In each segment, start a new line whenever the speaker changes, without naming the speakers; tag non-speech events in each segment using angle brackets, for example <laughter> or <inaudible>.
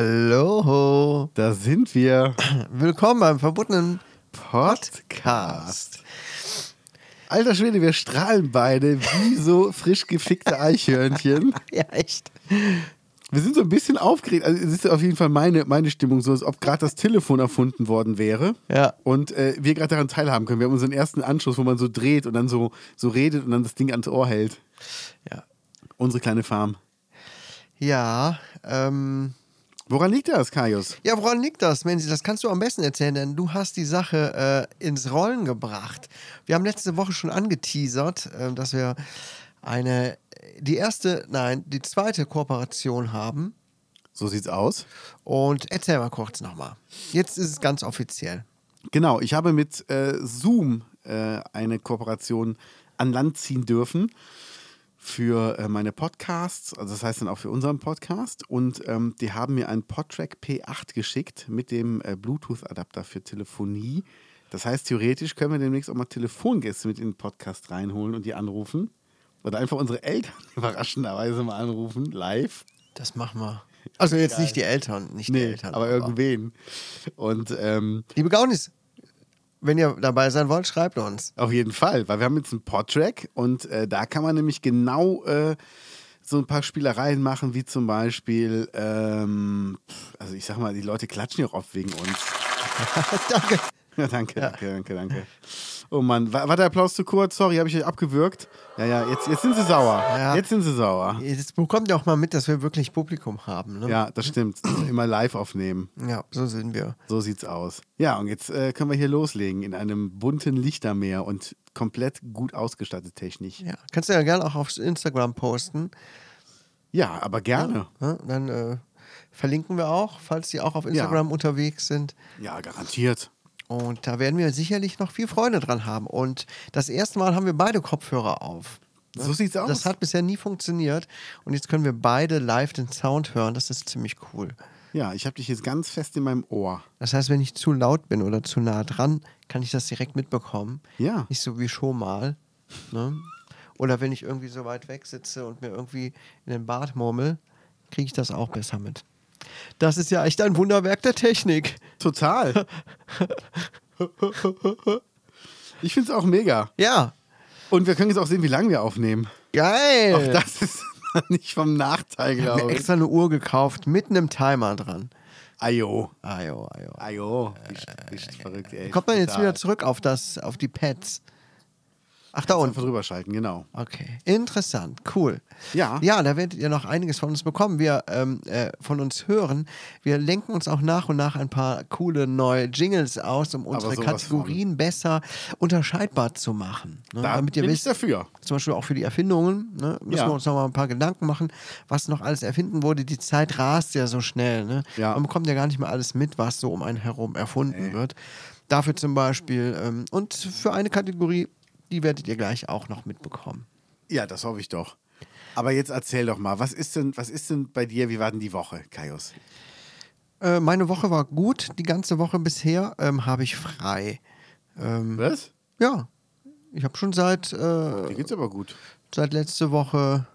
Hallo, da sind wir. Willkommen beim verbotenen Podcast. Alter Schwede, wir strahlen beide wie so frisch gefickte Eichhörnchen.
Ja, echt.
Wir sind so ein bisschen aufgeregt. Also es ist auf jeden Fall meine, meine Stimmung so, als ob gerade das Telefon erfunden worden wäre.
Ja.
Und äh, wir gerade daran teilhaben können. Wir haben unseren ersten Anschluss, wo man so dreht und dann so, so redet und dann das Ding ans Ohr hält.
Ja,
Unsere kleine Farm.
ja, ähm,
Woran liegt das, Kaius?
ja woran liegt das, Menzi? Das kannst du am besten erzählen, denn du hast die Sache äh, ins Rollen gebracht. Wir haben letzte Woche schon angeteasert, äh, dass wir eine, die erste, nein, die zweite Kooperation haben.
So sieht's aus.
Und erzähl mal kurz nochmal. Jetzt ist es ganz offiziell.
Genau, ich habe mit äh, Zoom äh, eine Kooperation an Land ziehen dürfen für äh, meine Podcasts, also das heißt dann auch für unseren Podcast. Und ähm, die haben mir einen Podtrack P8 geschickt mit dem äh, Bluetooth-Adapter für Telefonie. Das heißt, theoretisch können wir demnächst auch mal Telefongäste mit in den Podcast reinholen und die anrufen. Oder einfach unsere Eltern <laughs> überraschenderweise mal anrufen, live.
Das machen wir. Also jetzt nicht die Eltern, nicht die
Nee,
Eltern.
aber irgendwen. Und ähm,
Liebe Gaunis, wenn ihr dabei sein wollt, schreibt uns.
Auf jeden Fall, weil wir haben jetzt einen Podtrack und äh, da kann man nämlich genau äh, so ein paar Spielereien machen, wie zum Beispiel, ähm, pf, also ich sag mal, die Leute klatschen ja auch oft wegen <laughs> uns.
Danke.
Ja, danke, danke, danke, danke. Oh Mann, war, war der Applaus zu kurz? Sorry, habe ich euch abgewürgt? Ja, ja, jetzt, jetzt sind sie sauer.
Ja.
Jetzt sind sie sauer.
Jetzt bekommt ihr auch mal mit, dass wir wirklich Publikum haben. Ne?
Ja, das stimmt. Immer live aufnehmen.
Ja, so sind wir.
So sieht's aus. Ja, und jetzt äh, können wir hier loslegen in einem bunten Lichtermeer und komplett gut ausgestattet technisch.
Ja. Kannst du ja gerne auch auf Instagram posten.
Ja, aber gerne.
Ne? Dann äh, verlinken wir auch, falls die auch auf Instagram unterwegs sind.
Ja, garantiert.
Und da werden wir sicherlich noch viel Freude dran haben. Und das erste Mal haben wir beide Kopfhörer auf.
So sieht's aus.
Das hat bisher nie funktioniert. Und jetzt können wir beide live den Sound hören. Das ist ziemlich cool.
ja, ich habe dich jetzt ganz fest in meinem Ohr.
Das heißt, wenn ich zu laut bin oder zu nah dran, kann ich das direkt mitbekommen.
Ja.
Nicht so wie schon mal. Ne? Oder wenn ich irgendwie so weit weg sitze und mir irgendwie in den Bart murmel, kriege ich das auch besser mit. Das ist ja echt ein Wunderwerk der Technik.
Total.
<laughs>
ich find's auch mega.
Ja.
Und wir können jetzt auch sehen, wie lange wir aufnehmen.
Geil.
Auch das ist <laughs> nicht vom Nachteil,
ich habe
glaube
mir
ich.
extra eine Uhr gekauft mit einem Timer dran.
Ajo.
Ajo, ajo.
Ajo. Bist, bist verrückt, ey.
Äh, Kommt man jetzt
Total.
wieder zurück auf das, auf die Pads? Ach, da unten.
Einfach drüber schalten, genau.
Okay, interessant, cool.
Ja.
Ja, da werdet ihr noch einiges von uns bekommen. Wir ähm, äh, von uns hören. Wir lenken uns auch nach und nach ein paar coole neue Jingles aus, um unsere
sowas
Kategorien besser unterscheidbar zu machen. Ne?
Da
Damit ihr
bin ich
wisst,
dafür.
zum Beispiel auch für die Erfindungen, ne? müssen
Ja.
wir uns noch mal ein paar Gedanken machen, was noch alles erfinden wurde. Die Zeit rast ja so schnell. Ne?
Ja.
Man bekommt ja gar nicht mehr alles mit, was so um einen herum erfunden wird. Dafür zum Beispiel ähm, und für eine Kategorie, die werdet ihr gleich auch noch mitbekommen.
Ja, das hoffe ich doch. Aber jetzt erzähl doch mal, was ist denn, was ist denn bei dir, wie war denn die Woche, Kaius?
Äh, meine Woche war gut. Die ganze Woche bisher ähm, habe ich frei. Ähm,
Was?
ja, ich habe schon seit, äh,
Dir geht's aber gut.
seit letzte Woche.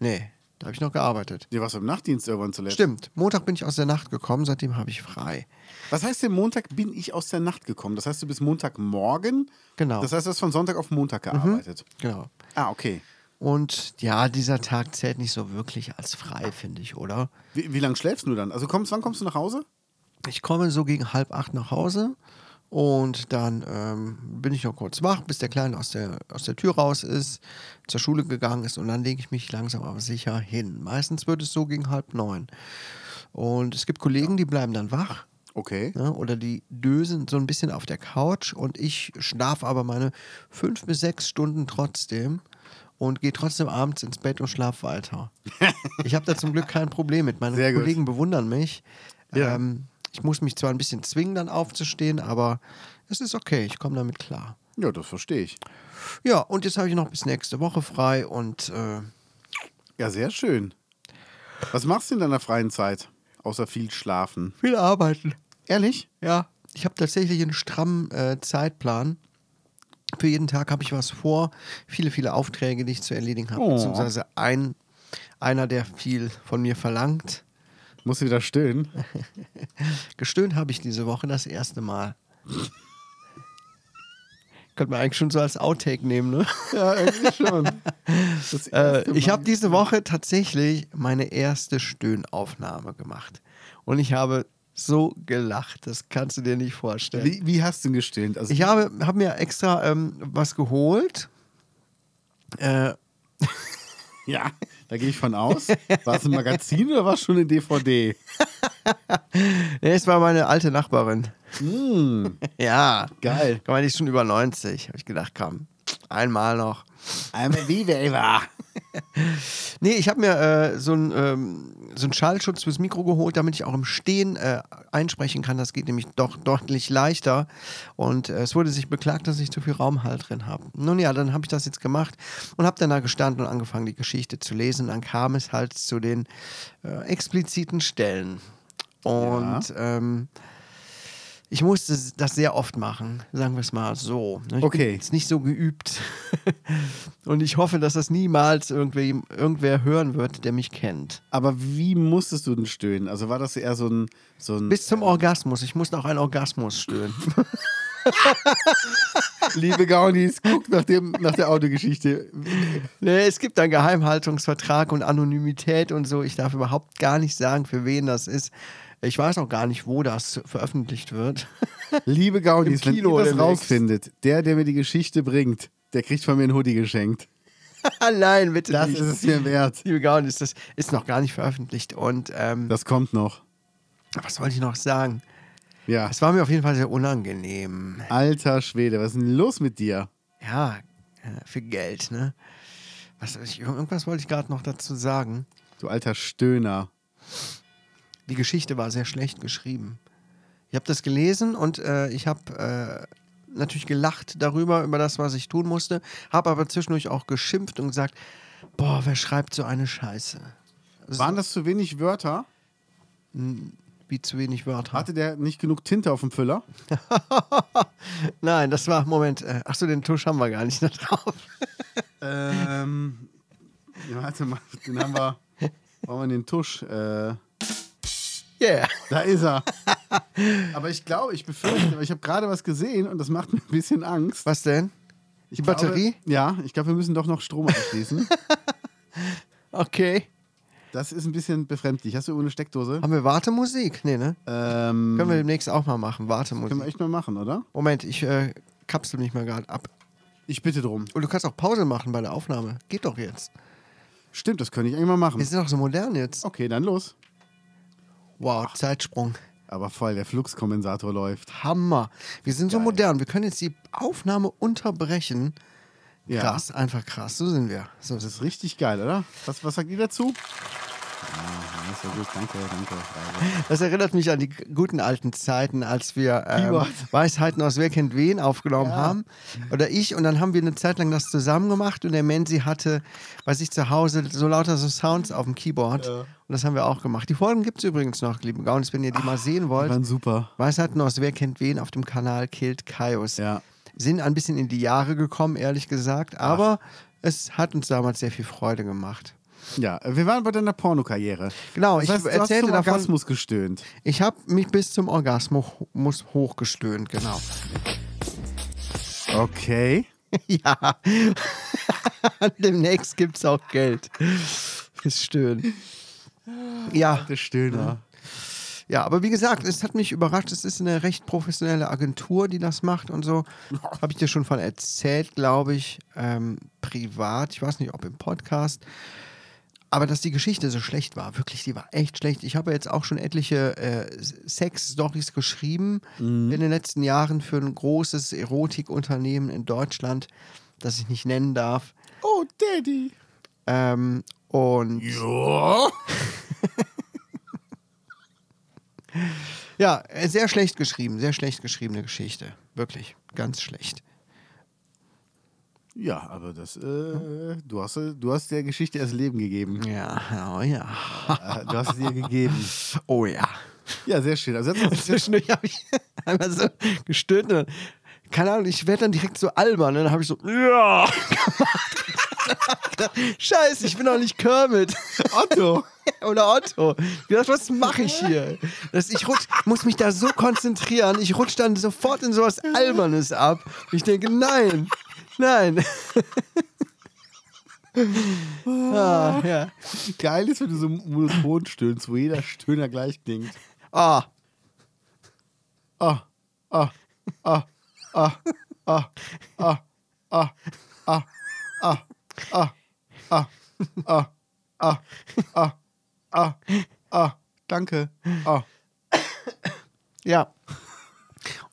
Nee, da habe ich noch gearbeitet.
Dir warst im Nachtdienst irgendwann zuletzt.
Stimmt, Montag bin ich aus der Nacht gekommen, seitdem habe ich frei.
Was heißt denn Montag bin ich aus der Nacht gekommen? Das heißt, du bist Montagmorgen?
Genau. Mhm.
Das heißt, du hast von Sonntag auf Montag gearbeitet.
Genau.
Ah, okay.
Und ja, dieser Tag zählt nicht so wirklich als frei, finde ich, oder?
Wie, wie lange schläfst du dann? Also kommst, wann kommst du nach Hause?
Ich komme so gegen halb acht nach Hause und dann ähm, bin ich noch kurz wach, bis der Kleine aus der, aus der Tür raus ist, zur Schule gegangen ist und dann lege ich mich langsam aber sicher hin. Meistens wird es so gegen halb neun. Und es gibt Kollegen, die bleiben dann wach.
Okay.
Ne? Oder die dösen so ein bisschen auf der Couch und ich schlafe aber meine fünf bis sechs Stunden trotzdem und gehe trotzdem abends ins Bett und
<laughs>
schlafe weiter. ich habe da zum Glück kein Problem mit. Meine
Sehr gut.
Kollegen bewundern mich.
Ja.
Ähm, ich muss mich zwar ein bisschen zwingen, dann aufzustehen, aber es ist okay, ich komme damit klar.
Ja, das verstehe ich.
Ja, und jetzt habe ich noch bis nächste Woche frei und äh,
Ja, sehr schön. Was machst du in deiner freien Zeit? Außer viel schlafen.
viel arbeiten.
Ehrlich?
Ja, ich habe tatsächlich einen strammen äh, Zeitplan. Für jeden Tag habe ich was vor. Viele, viele Aufträge, die ich zu erledigen habe.
Oh.
Beziehungsweise ein, einer, der viel von mir verlangt.
Musst du wieder
<laughs>
stöhnen?
Gestöhnt habe ich diese Woche das erste Mal. <laughs> Könnte man eigentlich schon so als Outtake nehmen, ne?
Ja, irgendwie schon. <laughs> Das erste
Äh, ich
Mal-
habe diese Woche tatsächlich meine erste Stöhnaufnahme gemacht. Und ich habe so gelacht, das kannst du dir nicht vorstellen.
Wie, wie hast du denn gestöhnt? Also,
Ich habe hab mir extra ähm, was geholt. Äh,
ja, da gehe ich von aus. War es ein Magazin oder war es schon eine DVD?
nee, es war meine alte Nachbarin. <laughs> ja.
Hm, Geil.
Komm, die ist schon über 90. Habe ich gedacht, komm, einmal noch.
Einmal wie Waiver.
Nee, ich habe mir äh, so einen ähm, so einen Schallschutz fürs Mikro geholt, damit ich auch im Stehen äh, einsprechen kann. Das geht nämlich doch deutlich leichter. Und äh, es wurde sich beklagt, dass ich zu viel Raumhalt drin habe. Nun ja, dann habe ich das jetzt gemacht und habe dann da gestanden und angefangen, die Geschichte zu lesen. Dann kam es halt zu den äh, expliziten Stellen. Und ähm, ich musste das sehr oft machen, sagen wir es mal so. ne? Ich
Okay.
Bin jetzt nicht so geübt. <laughs> Und ich hoffe, dass das niemals irgendwie, irgendwer hören wird, der mich kennt.
Aber wie musstest du denn stöhnen? Also war das eher so ein. So ein
Bis zum Orgasmus. Ich muss noch einen Orgasmus stöhnen. <laughs>
Liebe Gaunis, guck nach, dem, nach der Autogeschichte.
nee, es gibt einen Geheimhaltungsvertrag und Anonymität und so. Ich darf überhaupt gar nicht sagen, für wen das ist. Ich weiß auch gar nicht, wo das veröffentlicht wird. <laughs>
Liebe Gaunis,
Im
wenn
Kino
ihr das
demnächst.
rausfindet, der, der mir die Geschichte bringt, der kriegt von mir ein Hoodie geschenkt.
Nein, bitte
Das
nicht.
ist es
<laughs>
mir wert.
Liebe Gaun, ist das ist noch gar nicht veröffentlicht. Und ähm,
Das kommt noch.
was wollte ich noch sagen?
Ja.
Es war mir auf jeden Fall sehr unangenehm.
Alter Schwede, was ist denn los mit dir?
Ja, äh, für Geld, ne? Was, ich, irgendwas wollte ich gerade noch dazu sagen.
Du alter Stöhner.
Die Geschichte war sehr schlecht geschrieben. Ich habe das gelesen und äh, ich habe äh, natürlich gelacht darüber, über das, was ich tun musste, habe aber zwischendurch auch geschimpft und gesagt, boah, wer schreibt so eine Scheiße? So,
Waren das zu wenig Wörter?
wie zu wenig Wörter.
Hatte der nicht genug Tinte auf dem Füller?
Nein, das war, Moment, äh, achso, den Tusch haben wir gar nicht da drauf. <laughs>
Ähm. ja, Warte mal, den haben wir. Brauchen wir den Tusch? Äh,
Yeah.
da ist er. Aber ich glaube, ich befürchte, weil ich habe gerade was gesehen und das macht mir ein bisschen Angst.
Was denn?
Ich
Die Batterie?
Glaube, ja, ich glaube, wir müssen doch noch Strom anschließen.
Okay.
Das ist ein bisschen befremdlich. Hast du irgendwo eine Steckdose?
Haben wir Wartemusik? Nee, ne?
Ähm,
Können wir demnächst auch mal machen,
können wir
Wartemusik.
echt mal machen, oder?
Moment, ich äh, kapsel mich mal gerade ab.
Ich bitte drum.
Und du kannst auch Pause machen bei der Aufnahme. Geht doch jetzt.
Stimmt, das könnte ich eigentlich mal
Wir
machen.
sind doch so modern jetzt.
Okay, dann los.
Wow, Zeitsprung.
Aber voll, der Fluxkompensator läuft.
Hammer. Wir sind so modern. Wir können jetzt die Aufnahme unterbrechen.
Ja.
Krass, einfach krass. So sind wir. So ist
Das
es.
ist richtig geil, oder? Was, was sagt ihr dazu? Ah, ist ja gut. Danke, danke.
Das erinnert mich an die g- guten alten Zeiten, als wir ähm,
Keyboard.
Weisheiten aus Wer kennt wen aufgenommen haben. Oder ich. Und dann haben wir eine Zeit lang das zusammen gemacht und der Menzi hatte bei sich zu Hause so lauter so Sounds auf dem Keyboard. Und das haben wir auch gemacht. Die Folgen gibt es übrigens noch, liebe Gaunis, wenn ihr die mal sehen
Die
wollt.
waren super.
Weisheiten aus Wer kennt wen auf dem Kanal Killed Kaios.
Ja.
Sind ein bisschen in die Jahre gekommen, ehrlich gesagt. Aber es hat uns damals sehr viel Freude gemacht.
Ja, wir waren bei deiner Pornokarriere.
Genau, ich
das heißt, du hast
erzählte
zum
davon-
Orgasmus gestöhnt.
Ich habe mich bis zum Orgasmus muss hochgestöhnt, genau.
Okay.
<laughs> Ja. Demnächst gibt's auch Geld. Ist schön. Ja,
Der Stöhner.
ja, aber wie gesagt, es hat mich überrascht. Es ist eine recht professionelle Agentur, die das macht und so. Habe ich dir schon von erzählt, glaube ich, ähm, privat. Ich weiß nicht, ob im Podcast. Aber dass die Geschichte so schlecht war, wirklich, die war echt schlecht. Ich habe jetzt auch schon etliche äh, Sex-Stories geschrieben in den letzten Jahren für ein großes Erotikunternehmen in Deutschland, das ich nicht nennen darf.
Oh, Daddy.
Ähm, und
Ja.
ja, äh, sehr schlecht geschrieben, sehr schlecht geschriebene Geschichte. Wirklich, ganz schlecht.
Ja, aber das, äh, du, hast, äh, du hast der Geschichte erst Leben gegeben.
Ja, oh ja.
Äh, Du hast es ihr gegeben.
Oh ja.
Ja, sehr schön. Also jetzt,
Zwischendurch habe ich <laughs> einmal so gestöhnt. Und dann, keine Ahnung, ich werde dann direkt so albern. Und dann habe ich so, ja. <laughs> gemacht. Scheiße, ich bin doch nicht Kermit
Otto.
<laughs> oder Otto. Ich dachte, was mache ich hier? Das, ich rutsch, muss mich da so konzentrieren. Ich rutsche dann sofort in sowas Albernes ab. Und ich denke, nein, nein. <laughs> ah, ja.
Geil ist, wenn du so monoton stöhnst, wo jeder Stöhner gleich klingt.
Ah,
Ah, ah, ah, ah, ah, ah, ah, ah, ah, ah, ah, ah, ah, ah, ah, ah, danke. Ah.
ja.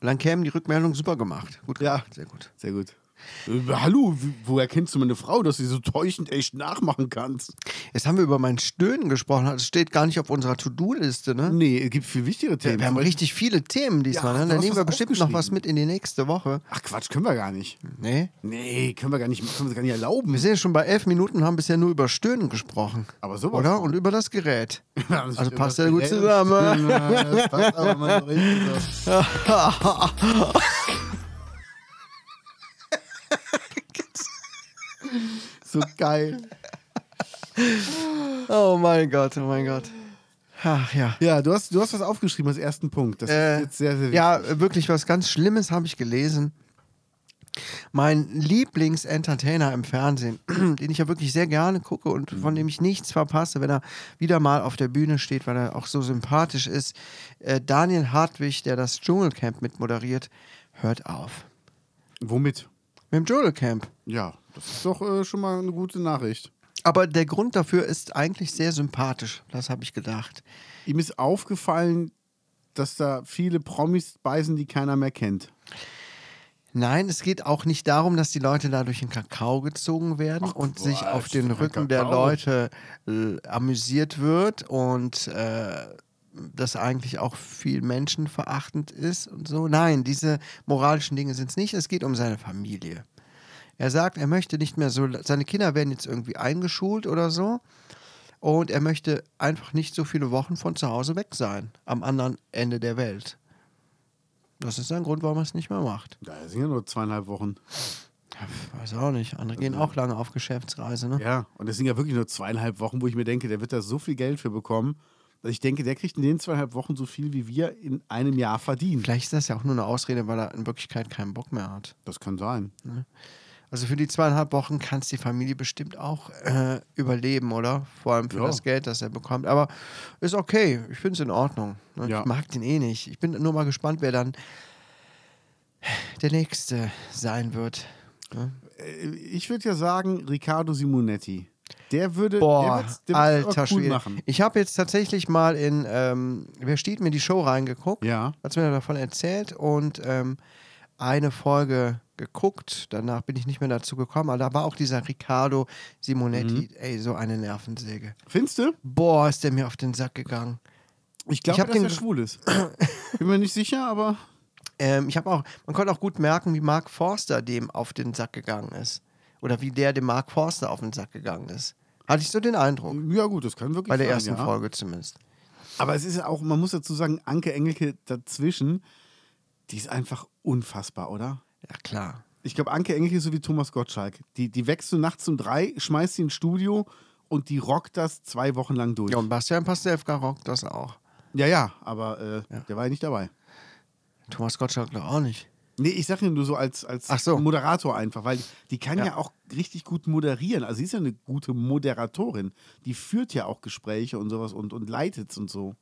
Und dann kämen die Rückmeldungen super gemacht. Gut
Ja.
gemacht, sehr gut.
Sehr gut. Äh, Hallo, w- woher kennst du meine Frau, dass sie so täuschend echt nachmachen kannst?
Jetzt haben wir über mein Stöhnen gesprochen. Das steht gar nicht auf unserer To-Do-Liste, ne?
Nee, es gibt viel wichtigere Themen.
Wir haben richtig viele Themen diesmal.
Ja,
ne?
du
Dann
hast
nehmen wir
was
bestimmt noch was
aufgeschrieben.
mit in die nächste Woche.
Ach Quatsch, können wir gar nicht.
Nee.
Nee, können wir gar nicht, können wir uns gar nicht
Wir
erlauben.
sind ja schon bei elf Minuten, haben bisher nur über Stöhnen gesprochen.
Aber sowas.
Oder? Und über
<laughs>
das Gerät.
Also
passt ja
<laughs>
gut zusammen.
Das passt aber mal so richtig zusammen. <laughs> So geil.
Oh mein Gott, oh mein Gott. Ach ja.
Ja, du hast, du hast was aufgeschrieben als ersten Punkt. Das
Äh,
ist jetzt sehr, sehr
ja, wirklich was ganz Schlimmes habe ich gelesen. Mein Lieblingsentertainer im Fernsehen, <clears throat> den ich ja wirklich sehr gerne gucke und von dem ich nichts verpasse, wenn er wieder mal auf der Bühne steht, weil er auch so sympathisch ist, äh, Daniel Hartwig, der das Dschungelcamp mit moderiert, hört auf.
Womit?
Mit dem Dschungelcamp.
Ja, das ist doch äh, schon mal eine gute Nachricht.
Aber der Grund dafür ist eigentlich sehr sympathisch, das habe ich gedacht.
Ihm ist aufgefallen, dass da viele Promis bei sind, die keiner mehr kennt.
Nein, es geht auch nicht darum, dass die Leute dadurch in Kakao gezogen werden und sich
Quatsch,
auf den
kein
Rücken der
Kakao.
Leute äh, amüsiert wird und äh, das eigentlich auch viel menschenverachtend ist und so. Nein, diese moralischen Dinge sind es nicht. Es geht um seine Familie. Er sagt, er möchte nicht mehr so, seine Kinder werden jetzt irgendwie eingeschult oder so. Und er möchte einfach nicht so viele Wochen von zu Hause weg sein, am anderen Ende der Welt. Das ist ein Grund, warum er es nicht mehr macht.
Da sind ja nur zweieinhalb Wochen.
Ja, pf, Weiß auch nicht. Andere gehen auch lange auf Geschäftsreise, ne?
Also Ja, und das sind ja wirklich nur zweieinhalb Wochen, wo ich mir denke, der wird da so viel Geld für bekommen, dass ich denke, der kriegt in den zweieinhalb Wochen so viel, wie wir in einem Jahr verdienen.
Vielleicht ist das ja auch nur eine Ausrede, weil er in Wirklichkeit keinen Bock mehr hat.
Das kann sein.
Also für die zweieinhalb Wochen kann es die Familie bestimmt auch äh, überleben, oder? Vor allem für
Ja.
das Geld, das er bekommt. Aber ist okay. Ich finde es in Ordnung. Ne?
Ja.
Ich mag den eh nicht. Ich bin nur mal gespannt, wer dann der Nächste sein wird. Ne?
Äh, Ich würde ja sagen, Riccardo Simonetti. Der würde.
Boah,
der wird's- der wird's
alter
aber cool
Schwede.
machen.
Ich habe jetzt tatsächlich mal in, ähm, wer steht mir die Show reingeguckt?
Ja.
Hat's mir davon erzählt und ähm, eine Folge geguckt. Danach bin ich nicht mehr dazu gekommen, aber da war auch dieser Riccardo Simonetti, ey, so eine Nervensäge.
Findest du?
Boah, ist der mir auf den Sack gegangen.
Ich
Ich
glaube,
hab
dass
den
er
ge-
schwul ist. Bin mir nicht sicher, aber.
Ähm, ich habe auch, man konnte auch gut merken, wie Mark Forster dem auf den Sack gegangen ist. Oder wie der dem Mark Forster auf den Sack gegangen ist. Hatte ich so den Eindruck.
Ja, gut, das kann wirklich
Bei der
sein,
ersten
ja.
Folge zumindest.
Aber es ist ja auch, man muss dazu sagen, Anke Engelke dazwischen, die ist einfach unfassbar, oder?
Ja, klar.
Ich glaube, Anke Engelke ist so wie Thomas Gottschalk. Die, die wächst du nachts um drei, schmeißt sie ins Studio und die rockt das zwei Wochen lang durch.
Ja, und Bastian Pastewka rockt das auch.
Ja, ja, aber äh, der war ja nicht dabei.
Thomas Gottschalk doch auch nicht.
Nee, ich sage nur so als, als
Ach so.
Moderator einfach, weil die kann ja. auch richtig gut moderieren. Also sie ist ja eine gute Moderatorin. Die führt ja auch Gespräche und sowas und, und leitet und so.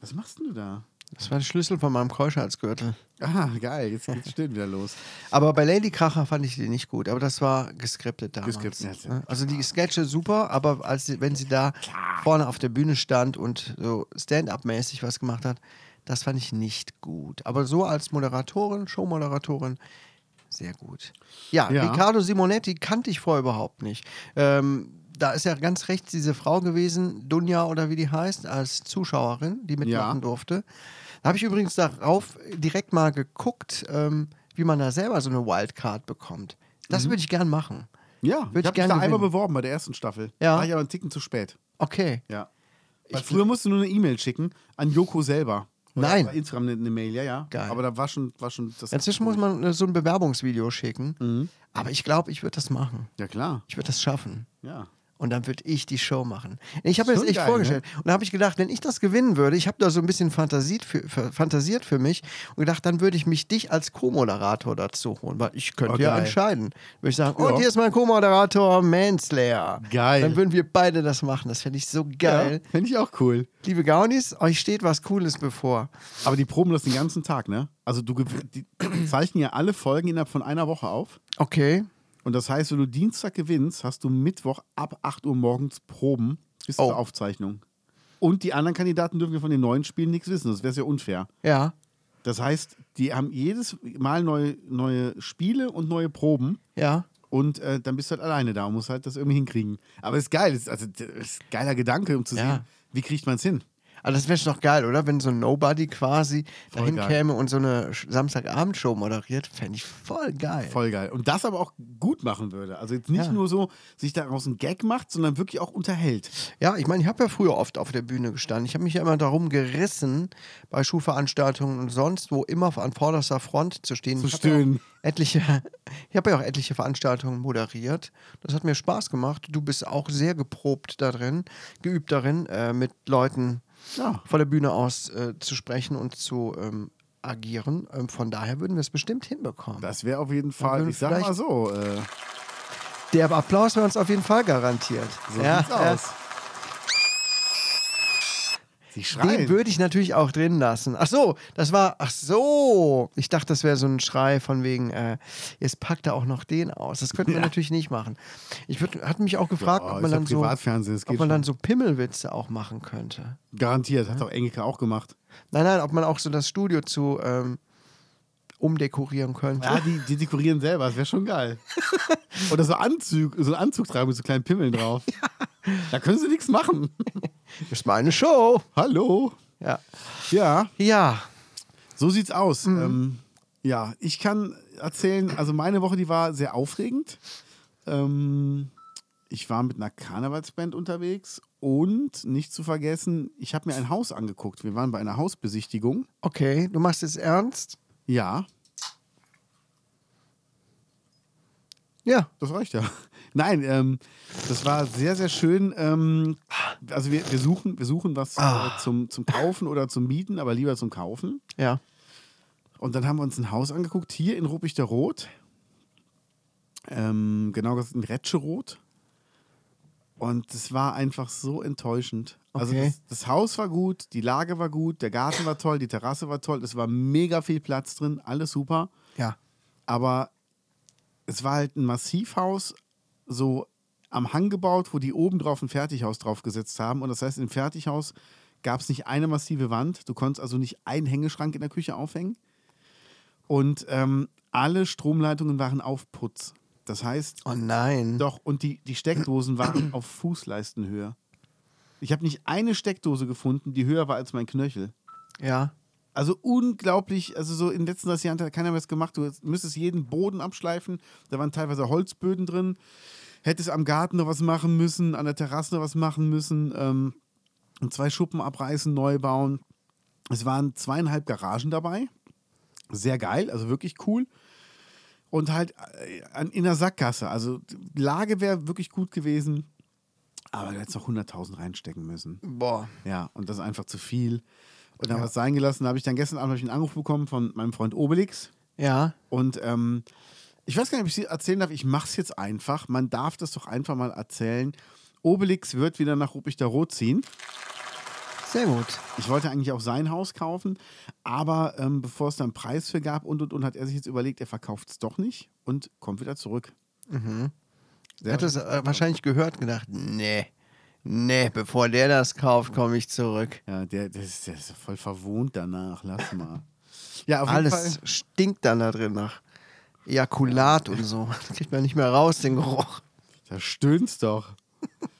Was machst denn du da?
Das war der Schlüssel von meinem Keuschheitsgürtel.
Ah, geil, jetzt geht's still wieder los.
Aber bei Lady Kracher fand ich die nicht gut, aber das war geskriptet damals.
Geskriptet, ja,
ne? Also die Sketche super, aber als sie, wenn sie da vorne auf der Bühne stand und so Stand-up-mäßig was gemacht hat, das fand ich nicht gut. Aber so als Moderatorin, Showmoderatorin, sehr gut. Ja,
Ja.
Riccardo Simonetti kannte ich vorher überhaupt nicht. Ähm, da ist ja ganz rechts diese Frau gewesen, Dunja oder wie die heißt, als Zuschauerin, die mitmachen
Ja.
durfte. Da habe ich übrigens darauf direkt mal geguckt, ähm, wie man da selber so eine Wildcard bekommt. Das würde ich gern machen.
Mhm. Ja,
Würde ich
ich habe mich
gerne
da einmal
gewinnen.
beworben bei der ersten Staffel.
Ja.
War ich aber einen Ticken zu spät.
Okay.
Ja. Weil früher musst du nur eine E-Mail schicken an Joko selber.
Nein.
Bei Instagram eine, eine Mail, ja, ja.
Geil.
Aber da war schon, war schon das.
Inzwischen muss man äh, so ein Bewerbungsvideo schicken.
Mhm.
Aber ich glaube, ich würde das machen.
Ja, klar.
Ich würde das schaffen.
Ja.
Und dann würde ich die Show machen. Ich habe mir das
Schon
echt
geil, ne?
vorgestellt. Und da habe ich gedacht, wenn ich das gewinnen würde, ich habe da so ein bisschen fantasiert für, für, fantasiert für mich und gedacht, dann würde ich mich dich als Co-Moderator dazu holen, weil ich könnte
Oh,
ja
geil.
entscheiden. Würde ich sagen,
Ja.
und hier ist mein Co-Moderator Manslayer.
Geil.
Dann würden wir beide das machen. Das fände ich so geil.
Ja, Finde ich auch cool.
Liebe Gaunis, euch steht was Cooles bevor.
Aber die proben das den ganzen Tag, ne? Also du gew- die <clears throat> zeichnen ja alle Folgen innerhalb von einer Woche auf.
Okay.
Und das heißt, wenn du Dienstag gewinnst, hast du Mittwoch ab 8 Uhr morgens Proben bis
Oh.
zur Aufzeichnung. Und die anderen Kandidaten dürfen ja von den neuen Spielen nichts wissen. Das wäre ja unfair.
Ja.
Das heißt, die haben jedes Mal neue, neue Spiele und neue Proben.
Ja.
Und äh, dann bist du halt alleine da und musst halt das irgendwie hinkriegen. Aber ist geil. Ist, also, das ist ein geiler Gedanke, um zu
Ja.
sehen, wie kriegt man es hin?
Aber das wäre doch geil, oder? Wenn so ein Nobody quasi dahin
geil.
käme und so eine Sch- Samstagabendshow moderiert, fände ich voll geil.
Voll geil. Und das aber auch gut machen würde. Also jetzt nicht
Ja.
nur so, sich daraus ein Gag macht, sondern wirklich auch unterhält.
Ja, ich meine, ich habe ja früher oft auf der Bühne gestanden. Ich habe mich ja immer darum gerissen, bei Schulveranstaltungen und sonst wo immer an vorderster Front zu stehen.
Zu
Ich hab ja auch
stöhnen.
Etliche, <laughs> ich habe ja auch etliche Veranstaltungen moderiert. Das hat mir Spaß gemacht. Du bist auch sehr geprobt darin, geübt darin, äh, mit Leuten
Ja.
von der Bühne aus äh, zu sprechen und zu ähm, agieren. Ähm, von daher würden wir es bestimmt hinbekommen.
Das wäre auf jeden
würden
Fall, ich sag
vielleicht-
mal so, äh,
Der Applaus wäre uns auf jeden Fall garantiert.
so sieht's aus. Sie
Den
schreien.
würde ich natürlich auch drin lassen. Ach so, das war, ach so. Ich dachte, das wäre so ein Schrei von wegen, äh, jetzt packt er auch noch den aus. Das könnten wir natürlich nicht machen. Ich würd, hatte mich auch gefragt,
Ja,
ob
ist
man,
ja
dann so,
Privatfernsehen, das
ob
geht
man
schon.
dann so Pimmelwitze auch machen könnte.
Garantiert, hat doch Engelke auch gemacht.
Nein, nein, ob man auch so das Studio zu ähm, umdekorieren könnte.
Ja, die, die dekorieren selber, das wäre schon
<laughs>
geil. Oder so Anzug, so einen Anzug tragen mit so kleinen Pimmeln drauf. Da können sie nichts machen.
Das ist meine Show.
Hallo.
Ja.
Ja,
Ja.
so sieht's aus. Ähm, ja, ich kann erzählen, also meine Woche, die war sehr aufregend. Ähm, ich war mit einer Karnevalsband unterwegs und nicht zu vergessen, ich habe mir ein Haus angeguckt. Wir waren bei einer Hausbesichtigung.
Okay, du machst es ernst?
Ja,
Ja.
Das reicht ja. <laughs> Nein, ähm, das war sehr, sehr schön. Ähm, also wir, wir suchen, wir suchen was äh, zum, zum Kaufen oder zum Mieten, aber lieber zum Kaufen.
Ja.
Und dann haben wir uns ein Haus angeguckt, hier in Ruppig der Rot. Ähm, genau gesagt in Retscherot. Und es war einfach so enttäuschend. Also
Okay.
das, das Haus war gut, die Lage war gut, der Garten war toll, die Terrasse war toll, es war mega viel Platz drin, alles super
Ja.
aber es war halt ein Massivhaus, so am Hang gebaut, wo die oben drauf ein Fertighaus draufgesetzt haben. Und das heißt, im Fertighaus gab es nicht eine massive Wand. Du konntest also nicht einen Hängeschrank in der Küche aufhängen. Und ähm, alle Stromleitungen waren auf Putz. Das heißt,
Oh nein.
doch, und die, die Steckdosen waren auf Fußleistenhöhe. Ich habe nicht eine Steckdose gefunden, die höher war als mein Knöchel.
Ja.
Also unglaublich, also so in den letzten 30 Jahren hat keiner mehr was gemacht. Du müsstest jeden Boden abschleifen. Da waren teilweise Holzböden drin. Hättest am Garten noch was machen müssen, an der Terrasse noch was machen müssen. Ähm, und zwei Schuppen abreißen, neu bauen. Es waren zweieinhalb Garagen dabei. Sehr geil, also wirklich cool. Und halt äh, an- in der Sackgasse. Also die Lage wäre wirklich gut gewesen. Aber du hättest noch 100.000 reinstecken müssen.
Boah.
Ja, und das ist einfach zu viel. Und dann ja. was sein gelassen. Da habe ich dann gestern Abend hab ich einen Anruf bekommen von meinem Freund Obelix.
Ja.
Und ähm, ich weiß gar nicht, ob ich sie erzählen darf. Ich mache es jetzt einfach. Man darf das doch einfach mal erzählen. Obelix wird wieder nach Rupich der Rot ziehen.
Sehr gut.
Ich wollte eigentlich auch sein Haus kaufen, aber ähm, bevor es dann einen Preis für gab und und und, hat er sich jetzt überlegt, er verkauft es doch nicht und kommt wieder zurück.
Er hat das äh, wahrscheinlich gehört, gedacht, nee, nee, bevor der das kauft, komme ich zurück.
Ja, der, der, ist, der ist voll verwohnt danach, lass mal. Ja, auf jeden
Alles
Fall.
stinkt dann da drin nach Ejakulat und so. Das kriegt man nicht mehr raus, den Geruch. <laughs>
Da stöhnst doch.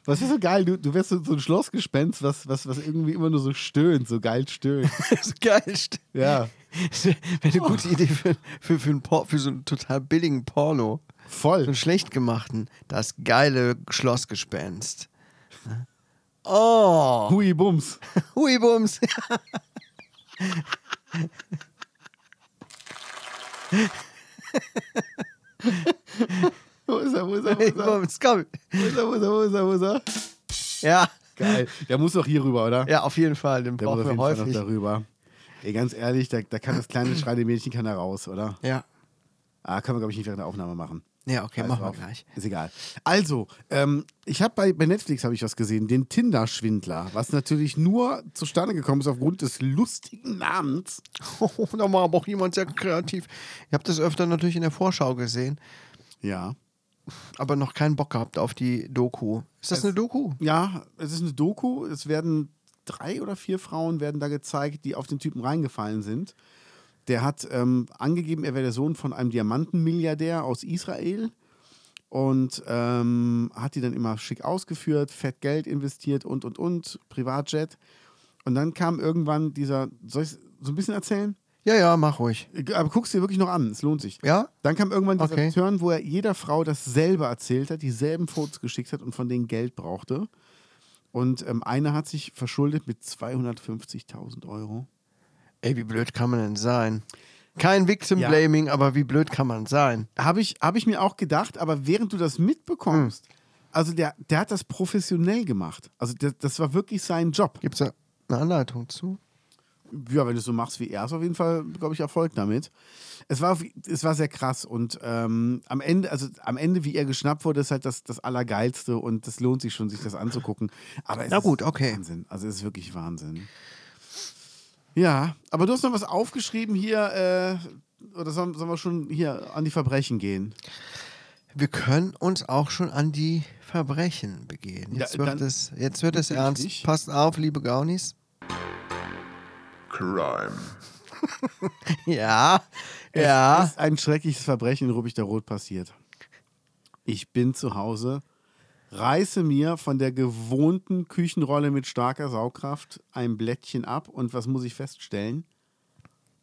Was ist so geil? Du, du wärst so, so ein Schlossgespenst, was, was, was irgendwie immer nur so stöhnt, so geil stöhnt.
Das ist geil. st-
Ja.
Das wäre eine
Oh.
gute Idee für, für, für, einen Por für so einen total billigen Porno. So
Voll.
einen schlecht gemachten. Das geile Schlossgespenst. <laughs> Oh,
Hui Bums.
hui Bums. <laughs>
Wo ist er, wo ist er, wo
Hui
ist er?
Bums, komm.
Wo ist er, wo ist er, wo ist er, wo ist er?
Ja,
Geil. Der muss doch hier rüber, oder?
ja, auf jeden Fall. Den
Der muss auf
brauchen wir
jeden Fall noch
häufig.
darüber. Ey, ganz ehrlich, da, da kann das kleine schreiende Mädchen kann da raus, oder?
Ja.
Ah, können wir, glaube ich, nicht während der Aufnahme machen.
Ja, okay,
Scheiß
machen wir
drauf.
gleich.
Ist egal. Also, ähm, ich habe bei, bei Netflix habe ich was gesehen, den Tinder-Schwindler, was natürlich nur zustande gekommen ist aufgrund des lustigen Namens.
Oh, <laughs> da war aber auch jemand sehr kreativ. Ich habe das öfter natürlich in der Vorschau gesehen,
Ja.
aber noch keinen Bock gehabt auf die Doku. Ist das eine Doku?
Ja, es ist eine Doku. Es werden drei oder vier Frauen werden da gezeigt, die auf den Typen reingefallen sind. Der hat ähm, angegeben, er wäre der Sohn von einem Diamantenmilliardär aus Israel und ähm, hat die dann immer schick ausgeführt, fett Geld investiert und und und, Privatjet. Und dann kam irgendwann dieser, soll ich so ein bisschen erzählen?
Ja, ja, mach ruhig.
Aber guck's dir wirklich noch an, es lohnt sich.
Ja?
Dann kam irgendwann dieser
Okay.
Turn, wo er jeder Frau dasselbe erzählt hat, dieselben Fotos geschickt hat und von denen Geld brauchte. Und ähm, eine hat sich verschuldet mit 250.000 Euro.
Ey, wie blöd kann man denn sein? Kein Victim
Ja.
Blaming, aber wie blöd kann man sein?
Habe ich, hab ich mir auch gedacht, aber während du das mitbekommst,
Hm.
also der, der hat das professionell gemacht. Also das, das war wirklich sein Job.
Gibt es da eine Anleitung zu?
Ja, wenn du es so machst wie er, ist auf jeden Fall, glaube ich, Erfolg damit. Es war, auf- es war sehr krass und ähm, am Ende, also am Ende, wie er geschnappt wurde, ist halt das, das Allergeilste und das lohnt sich schon, sich das anzugucken. Aber es
Na gut,
ist
okay.
Wahnsinn. Also es ist wirklich Wahnsinn. Ja, aber du hast noch was aufgeschrieben hier, äh, oder sollen, sollen wir schon hier an die Verbrechen gehen?
Wir können uns auch schon an die Verbrechen begehen.
Ja,
Jetzt wird
dann-
es, jetzt wird es ernst.
Natürlich.
Passt auf, liebe Gaunis. <laughs>
Crime.
Ja, ja.
Es ist ein schreckliches Verbrechen in Rubik der Rot passiert. Ich bin zu Hause, reiße mir von der gewohnten Küchenrolle mit starker Saugkraft ein Blättchen ab und was muss ich feststellen?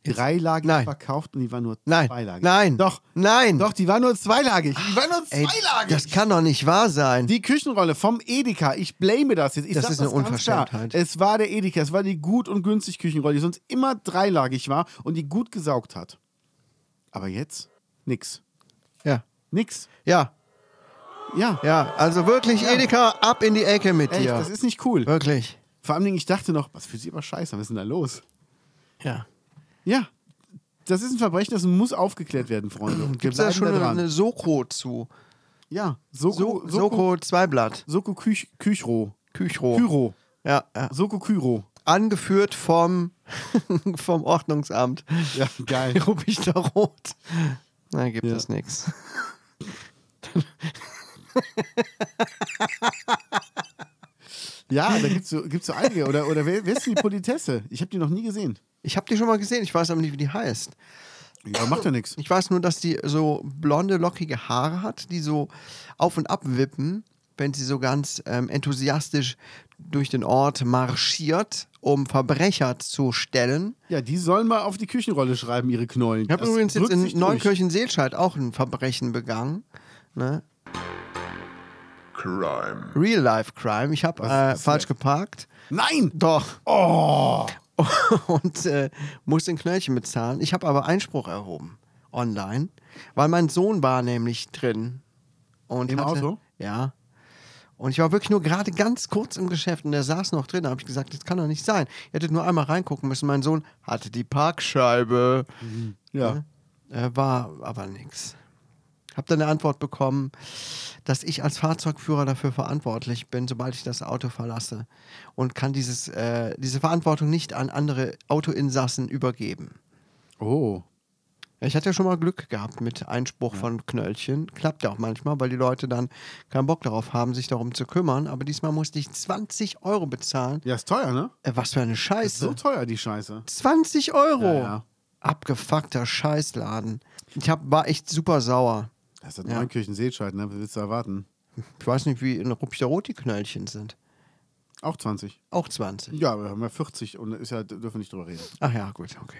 Drei Lagen
Nein.
verkauft und die war nur
Nein,
zweilagig.
nein,
Doch,
nein.
doch, die war nur zweilagig. Die war nur
Ey,
zweilagig.
das kann doch nicht wahr sein.
die Küchenrolle vom Edeka, ich blame das jetzt. Ich
Das
sag
ist eine
das ganz klar.
Unverschämtheit.
Es war der Edeka, es war die gut und günstig Küchenrolle, die sonst immer dreilagig war und die gut gesaugt hat. Aber jetzt nix.
ja,
Nix.
ja,
Ja,
ja. Also wirklich, Edeka, ab in die Ecke mit
echt,
dir.
das ist nicht cool.
Wirklich.
Vor allem, ich dachte noch, was fühlt sich aber scheiße, an, was ist denn da los?
Ja.
Ja, das ist ein Verbrechen, das muss aufgeklärt werden, Freunde. Und wir
Gibt es da
bleiben
schon
da
eine,
dran.
eine Soko zu?
Ja, Soko,
So,
Soko,
Soko Zweiblatt.
Soko Küch, Küchro.
Küchro.
Kyro.
Ja, ja.
Soko Kyro.
Angeführt vom, <laughs> vom Ordnungsamt. <laughs>
Ja, geil.
Rubich da rot. Na, gibt
Ja.
es nichts.
Ja, da gibt es so, gibt's so einige. Oder, oder wer, wer ist denn die Politesse? Ich habe die noch nie gesehen.
Ich habe die schon mal gesehen, ich weiß aber nicht, wie die heißt.
Ja, macht ja nichts.
Ich weiß nur, dass die so blonde, lockige Haare hat, die so auf und ab wippen, wenn sie so ganz ähm, enthusiastisch durch den Ort marschiert, um Verbrecher zu stellen.
Ja, die sollen mal auf die Küchenrolle schreiben, ihre Knollen.
Ich habe
Das
übrigens jetzt
drückt sich
in
durch.
Neunkirchen-Seelscheid auch ein Verbrechen begangen. Ne?
Crime.
Real-Life-Crime. Ich habe
Was
äh,
ist
falsch
passiert?
geparkt.
Nein!
Doch. <laughs> Und äh, musste ein Knöllchen bezahlen. Ich habe aber Einspruch erhoben online, weil mein Sohn war nämlich drin. Und
Im
hatte,
Auto?
Ja. Und ich war wirklich nur gerade ganz kurz im Geschäft und der saß noch drin. Da habe ich gesagt, das kann doch nicht sein. Ihr hättet nur einmal reingucken müssen. Mein Sohn hatte die Parkscheibe.
Ja.
Äh, war aber nix. Habe dann eine Antwort bekommen, dass ich als Fahrzeugführer dafür verantwortlich bin, sobald ich das Auto verlasse und kann dieses, äh, diese Verantwortung nicht an andere Autoinsassen übergeben.
Oh.
Ja, Ich hatte ja schon mal Glück gehabt mit Einspruch von Knöllchen. Klappt ja auch manchmal, weil die Leute dann keinen Bock darauf haben, sich darum zu kümmern. Aber diesmal musste ich 20 Euro bezahlen.
Ja, ist teuer, ne?
Äh, was für eine Scheiße.
So teuer, die Scheiße.
20 Euro.
Ja, ja.
Abgefuckter Scheißladen. Ich hab, war echt super sauer.
Das ist ja. Neunkirchen Seescheid, ne? Was willst du erwarten?
Ich weiß nicht, wie in Ruppig Rot die Knöllchen sind.
Auch 20.
Auch 20.
Ja, wir haben ja 40 und ist ja, dürfen nicht drüber reden.
Ach ja, gut, okay.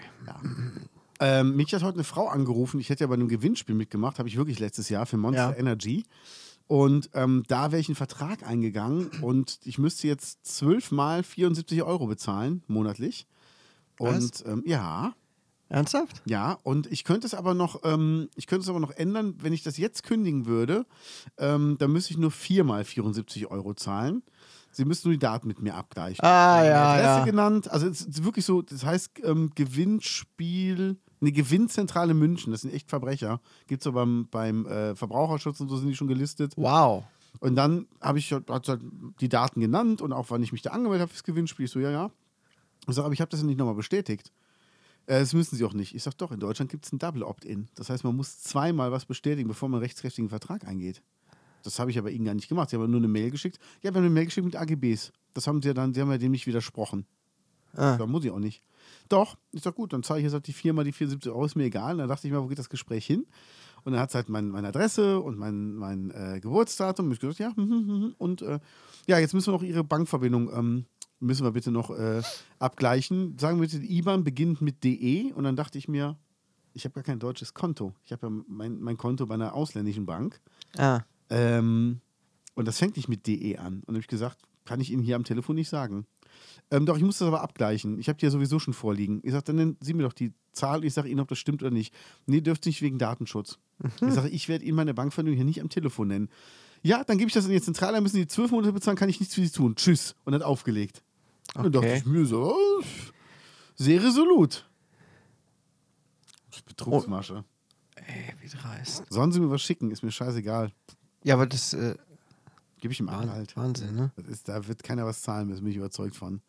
Ähm, mich hat heute eine Frau angerufen. Ich hätte ja bei einem Gewinnspiel mitgemacht, habe ich wirklich letztes Jahr für Monster
Ja.
Energy. Und ähm, da wäre ich einen Vertrag eingegangen und ich müsste jetzt zwölfmal 74 Euro bezahlen, monatlich. Und
Was?
ähm, ja,
Ernsthaft?
ja, und ich könnte es aber noch, ähm, ich könnte es aber noch ändern, wenn ich das jetzt kündigen würde, ähm, dann müsste ich nur viermal 74 Euro zahlen. Sie müssen nur die Daten mit mir abgleichen.
Ah,
Meine
ja,
Adresse
ja.
genannt. Also es ist wirklich so, das heißt ähm, Gewinnspiel, eine Gewinnzentrale München, das sind echt Verbrecher. Gibt es so beim, beim äh, Verbraucherschutz und so sind die schon gelistet.
Wow.
Und dann habe ich hat sie halt die Daten genannt und auch wann ich mich da angemeldet habe fürs Gewinnspiel. Ich so, ja, ja. Ich sage, aber ich habe das ja nicht nochmal bestätigt. Äh, das müssen sie auch nicht. Ich sage, doch, in Deutschland gibt es ein Double Opt-in. Das heißt, man muss zweimal was bestätigen, bevor man einen rechtskräftigen Vertrag eingeht. Das habe ich aber ihnen gar nicht gemacht. Sie haben nur eine Mail geschickt. Ja, wir haben eine Mail geschickt mit AGBs. Das haben sie ja dann, sie haben ja dem nicht widersprochen.
Ah.
Da muss ich auch nicht. Doch, ich sag gut, dann zahle ich jetzt halt die Firma die 74 Euro, ist mir egal. Und dann dachte ich mir, wo geht das Gespräch hin? Und dann hat es halt mein, meine Adresse und mein, mein äh, Geburtsdatum. Und ich gesagt, ja, hm, hm, hm. und äh, ja, jetzt müssen wir noch Ihre Bankverbindung, ähm, müssen wir bitte noch äh, abgleichen. Sagen wir bitte, die IBAN beginnt mit DE. Und dann dachte ich mir, ich habe gar kein deutsches Konto. Ich habe ja mein, mein Konto bei einer ausländischen Bank.
Ah.
Ähm, und das fängt nicht mit DE an. Und dann habe ich gesagt, kann ich Ihnen hier am Telefon nicht sagen. Ähm, doch, ich muss das aber abgleichen. Ich habe die ja sowieso schon vorliegen. Ich sage, dann nennen Sie mir doch die Zahl und ich sage Ihnen, ob das stimmt oder nicht. Nee, dürft nicht wegen Datenschutz. Ich sage, ich werde Ihnen meine Bankverbindung hier nicht am Telefon nennen. Ja, dann gebe ich das in die Zentrale, müssen Sie zwölf Monate bezahlen, kann ich nichts für Sie tun. Tschüss. Und hat aufgelegt. Und dann dachte
Okay.
ich mir so, oh, sehr resolut. Betrugsmasche.
Ey, wie dreist.
Sollen Sie mir was schicken, ist mir scheißegal.
Ja, aber das äh,
Gebe ich ihm an halt.
Wahnsinn, ne?
Das ist, da wird keiner was zahlen müssen, bin ich überzeugt von.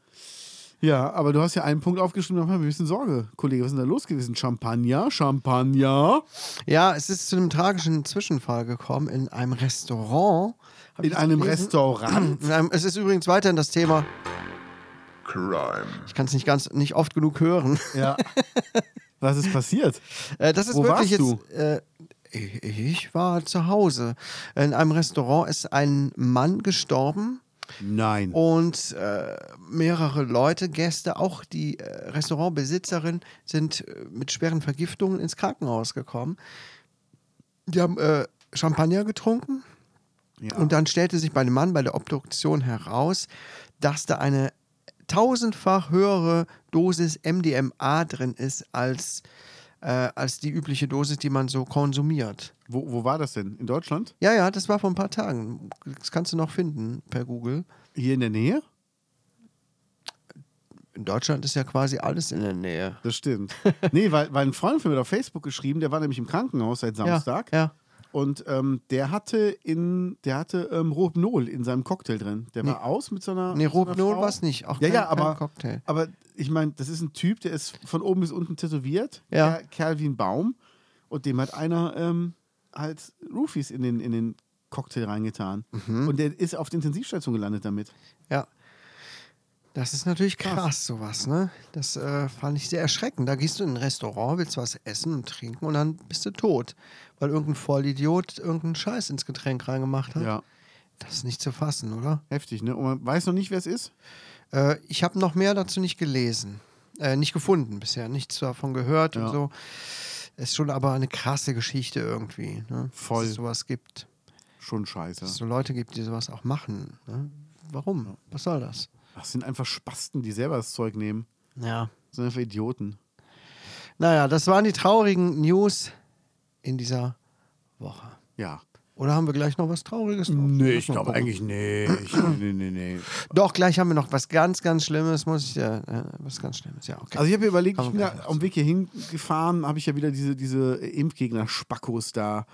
Ja, aber du hast ja einen Punkt aufgeschrieben, da haben wir ein bisschen Sorge. Kollege, was ist denn da los gewesen? Champagner, Champagner.
Ja, es ist zu einem tragischen Zwischenfall gekommen in einem Restaurant. Hab
In
ich
einem
gelesen?
Restaurant.
In einem, es ist übrigens weiterhin das Thema.
Crime.
Ich kann es nicht ganz, nicht oft genug hören.
<laughs>
<laughs>
Ja. Was ist passiert?
Äh, das ist
Wo
wirklich
warst
jetzt. Äh, ich- ich war zu Hause. In einem Restaurant ist ein Mann gestorben
Nein.
und äh, mehrere Leute, Gäste, auch die äh, Restaurantbesitzerin, sind äh, mit schweren Vergiftungen ins Krankenhaus gekommen. Die haben äh, Champagner getrunken
ja.
Und dann stellte sich bei dem Mann bei der Obduktion heraus, dass da eine tausendfach höhere Dosis MDMA drin ist als, äh, als die übliche Dosis, die man so konsumiert.
wo, wo war das denn? In Deutschland?
Ja, ja, das war vor ein paar Tagen. Das kannst du noch finden per Google.
Hier in der Nähe?
In Deutschland ist ja quasi alles in der Nähe.
Das <laughs> stimmt. nee, weil, weil ein Freund von mir hat auf Facebook geschrieben, der war nämlich im Krankenhaus seit Samstag.
Ja, ja.
Und ähm, der hatte in, der hatte ähm, Rohypnol in seinem Cocktail drin. Der war aus mit so einer.
Nee,
mit so einer
Rohypnol
Frau.
war's nicht. Auch
ja,
kein-
ja, aber,
kein Cocktail.
aber ich meine, das ist ein Typ, der ist von oben bis unten tätowiert.
Ja.
Ker- Kerl wie ein Baum. Und dem hat einer ähm, halt Roofies in den, in den Cocktail reingetan.
Mhm.
Und der ist auf der Intensivstation gelandet damit.
Ja. Das ist natürlich krass, sowas, ne? Das äh, fand ich sehr erschreckend. Da gehst du in ein Restaurant, willst was essen und trinken und dann bist du tot, weil irgendein Vollidiot irgendeinen Scheiß ins Getränk reingemacht hat.
Ja.
Das ist nicht zu fassen, oder?
Heftig, ne? Und man weiß noch nicht, wer es ist.
Äh, ich habe noch mehr dazu nicht gelesen. Äh, nicht gefunden bisher, nichts davon gehört
Ja.
und so. Ist schon aber eine krasse Geschichte irgendwie, ne?
Voll.
Dass es sowas gibt.
Schon scheiße.
Dass es so Leute gibt, die sowas auch machen. Ne? Warum? Was soll das?
Das sind einfach Spasten, die selber das Zeug nehmen.
Ja.
Das sind einfach Idioten.
Naja, das waren die traurigen News in dieser Woche.
Ja.
Oder haben wir gleich noch was Trauriges? drauf?
Nee,
Lass
ich
mal
glaube
gucken.
eigentlich nicht. nee, nee, nee.
Doch, gleich haben wir noch was ganz, ganz Schlimmes, muss ich dir. Äh, was ganz Schlimmes, ja, okay.
Also ich habe mir überlegt,
Kann
ich
man
bin
gleich
ja am Weg hier hingefahren, habe ich ja wieder diese, diese Impfgegner-Spackos da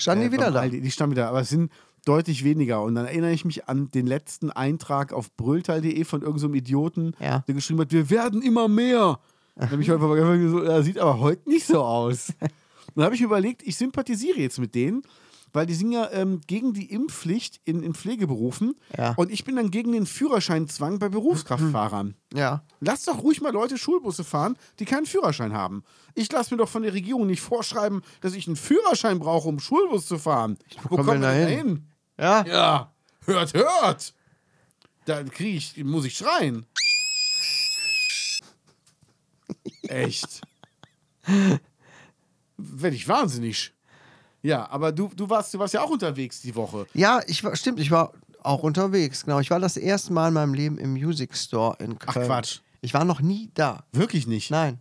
Standen die
äh,
wieder
beim
da?
Aldi. Die standen wieder da, aber es sind deutlich weniger. Und dann erinnere ich mich an den letzten Eintrag auf brüllteil.de von irgendeinem so einem Idioten,
Ja.
der geschrieben hat, wir werden immer mehr. Dann habe ich einfach mal so, das sieht aber heute nicht so
<laughs>
aus. dann habe ich überlegt, ich sympathisiere jetzt mit denen, weil die sind ja ähm, gegen die Impfpflicht in, in Pflegeberufen.
Ja.
Und ich bin dann gegen den Führerscheinzwang bei Berufskraftfahrern.
Ja.
Lass doch ruhig mal Leute Schulbusse fahren, die keinen Führerschein haben. Ich lasse mir doch von der Regierung nicht vorschreiben, dass ich einen Führerschein brauche, um Schulbus zu fahren. Wo
kommen wir denn da Ja.
Ja, hört, hört! Da krieg ich, muss ich schreien. Echt. Werd ich wahnsinnig. Ja, aber du, du, warst, du warst ja auch unterwegs die Woche.
Ja, ich war, stimmt, ich war auch unterwegs, genau. Ich war das erste Mal in meinem Leben im Music Store in
Ach,
Köln.
Quatsch.
Ich war noch nie da.
Wirklich nicht.
Nein.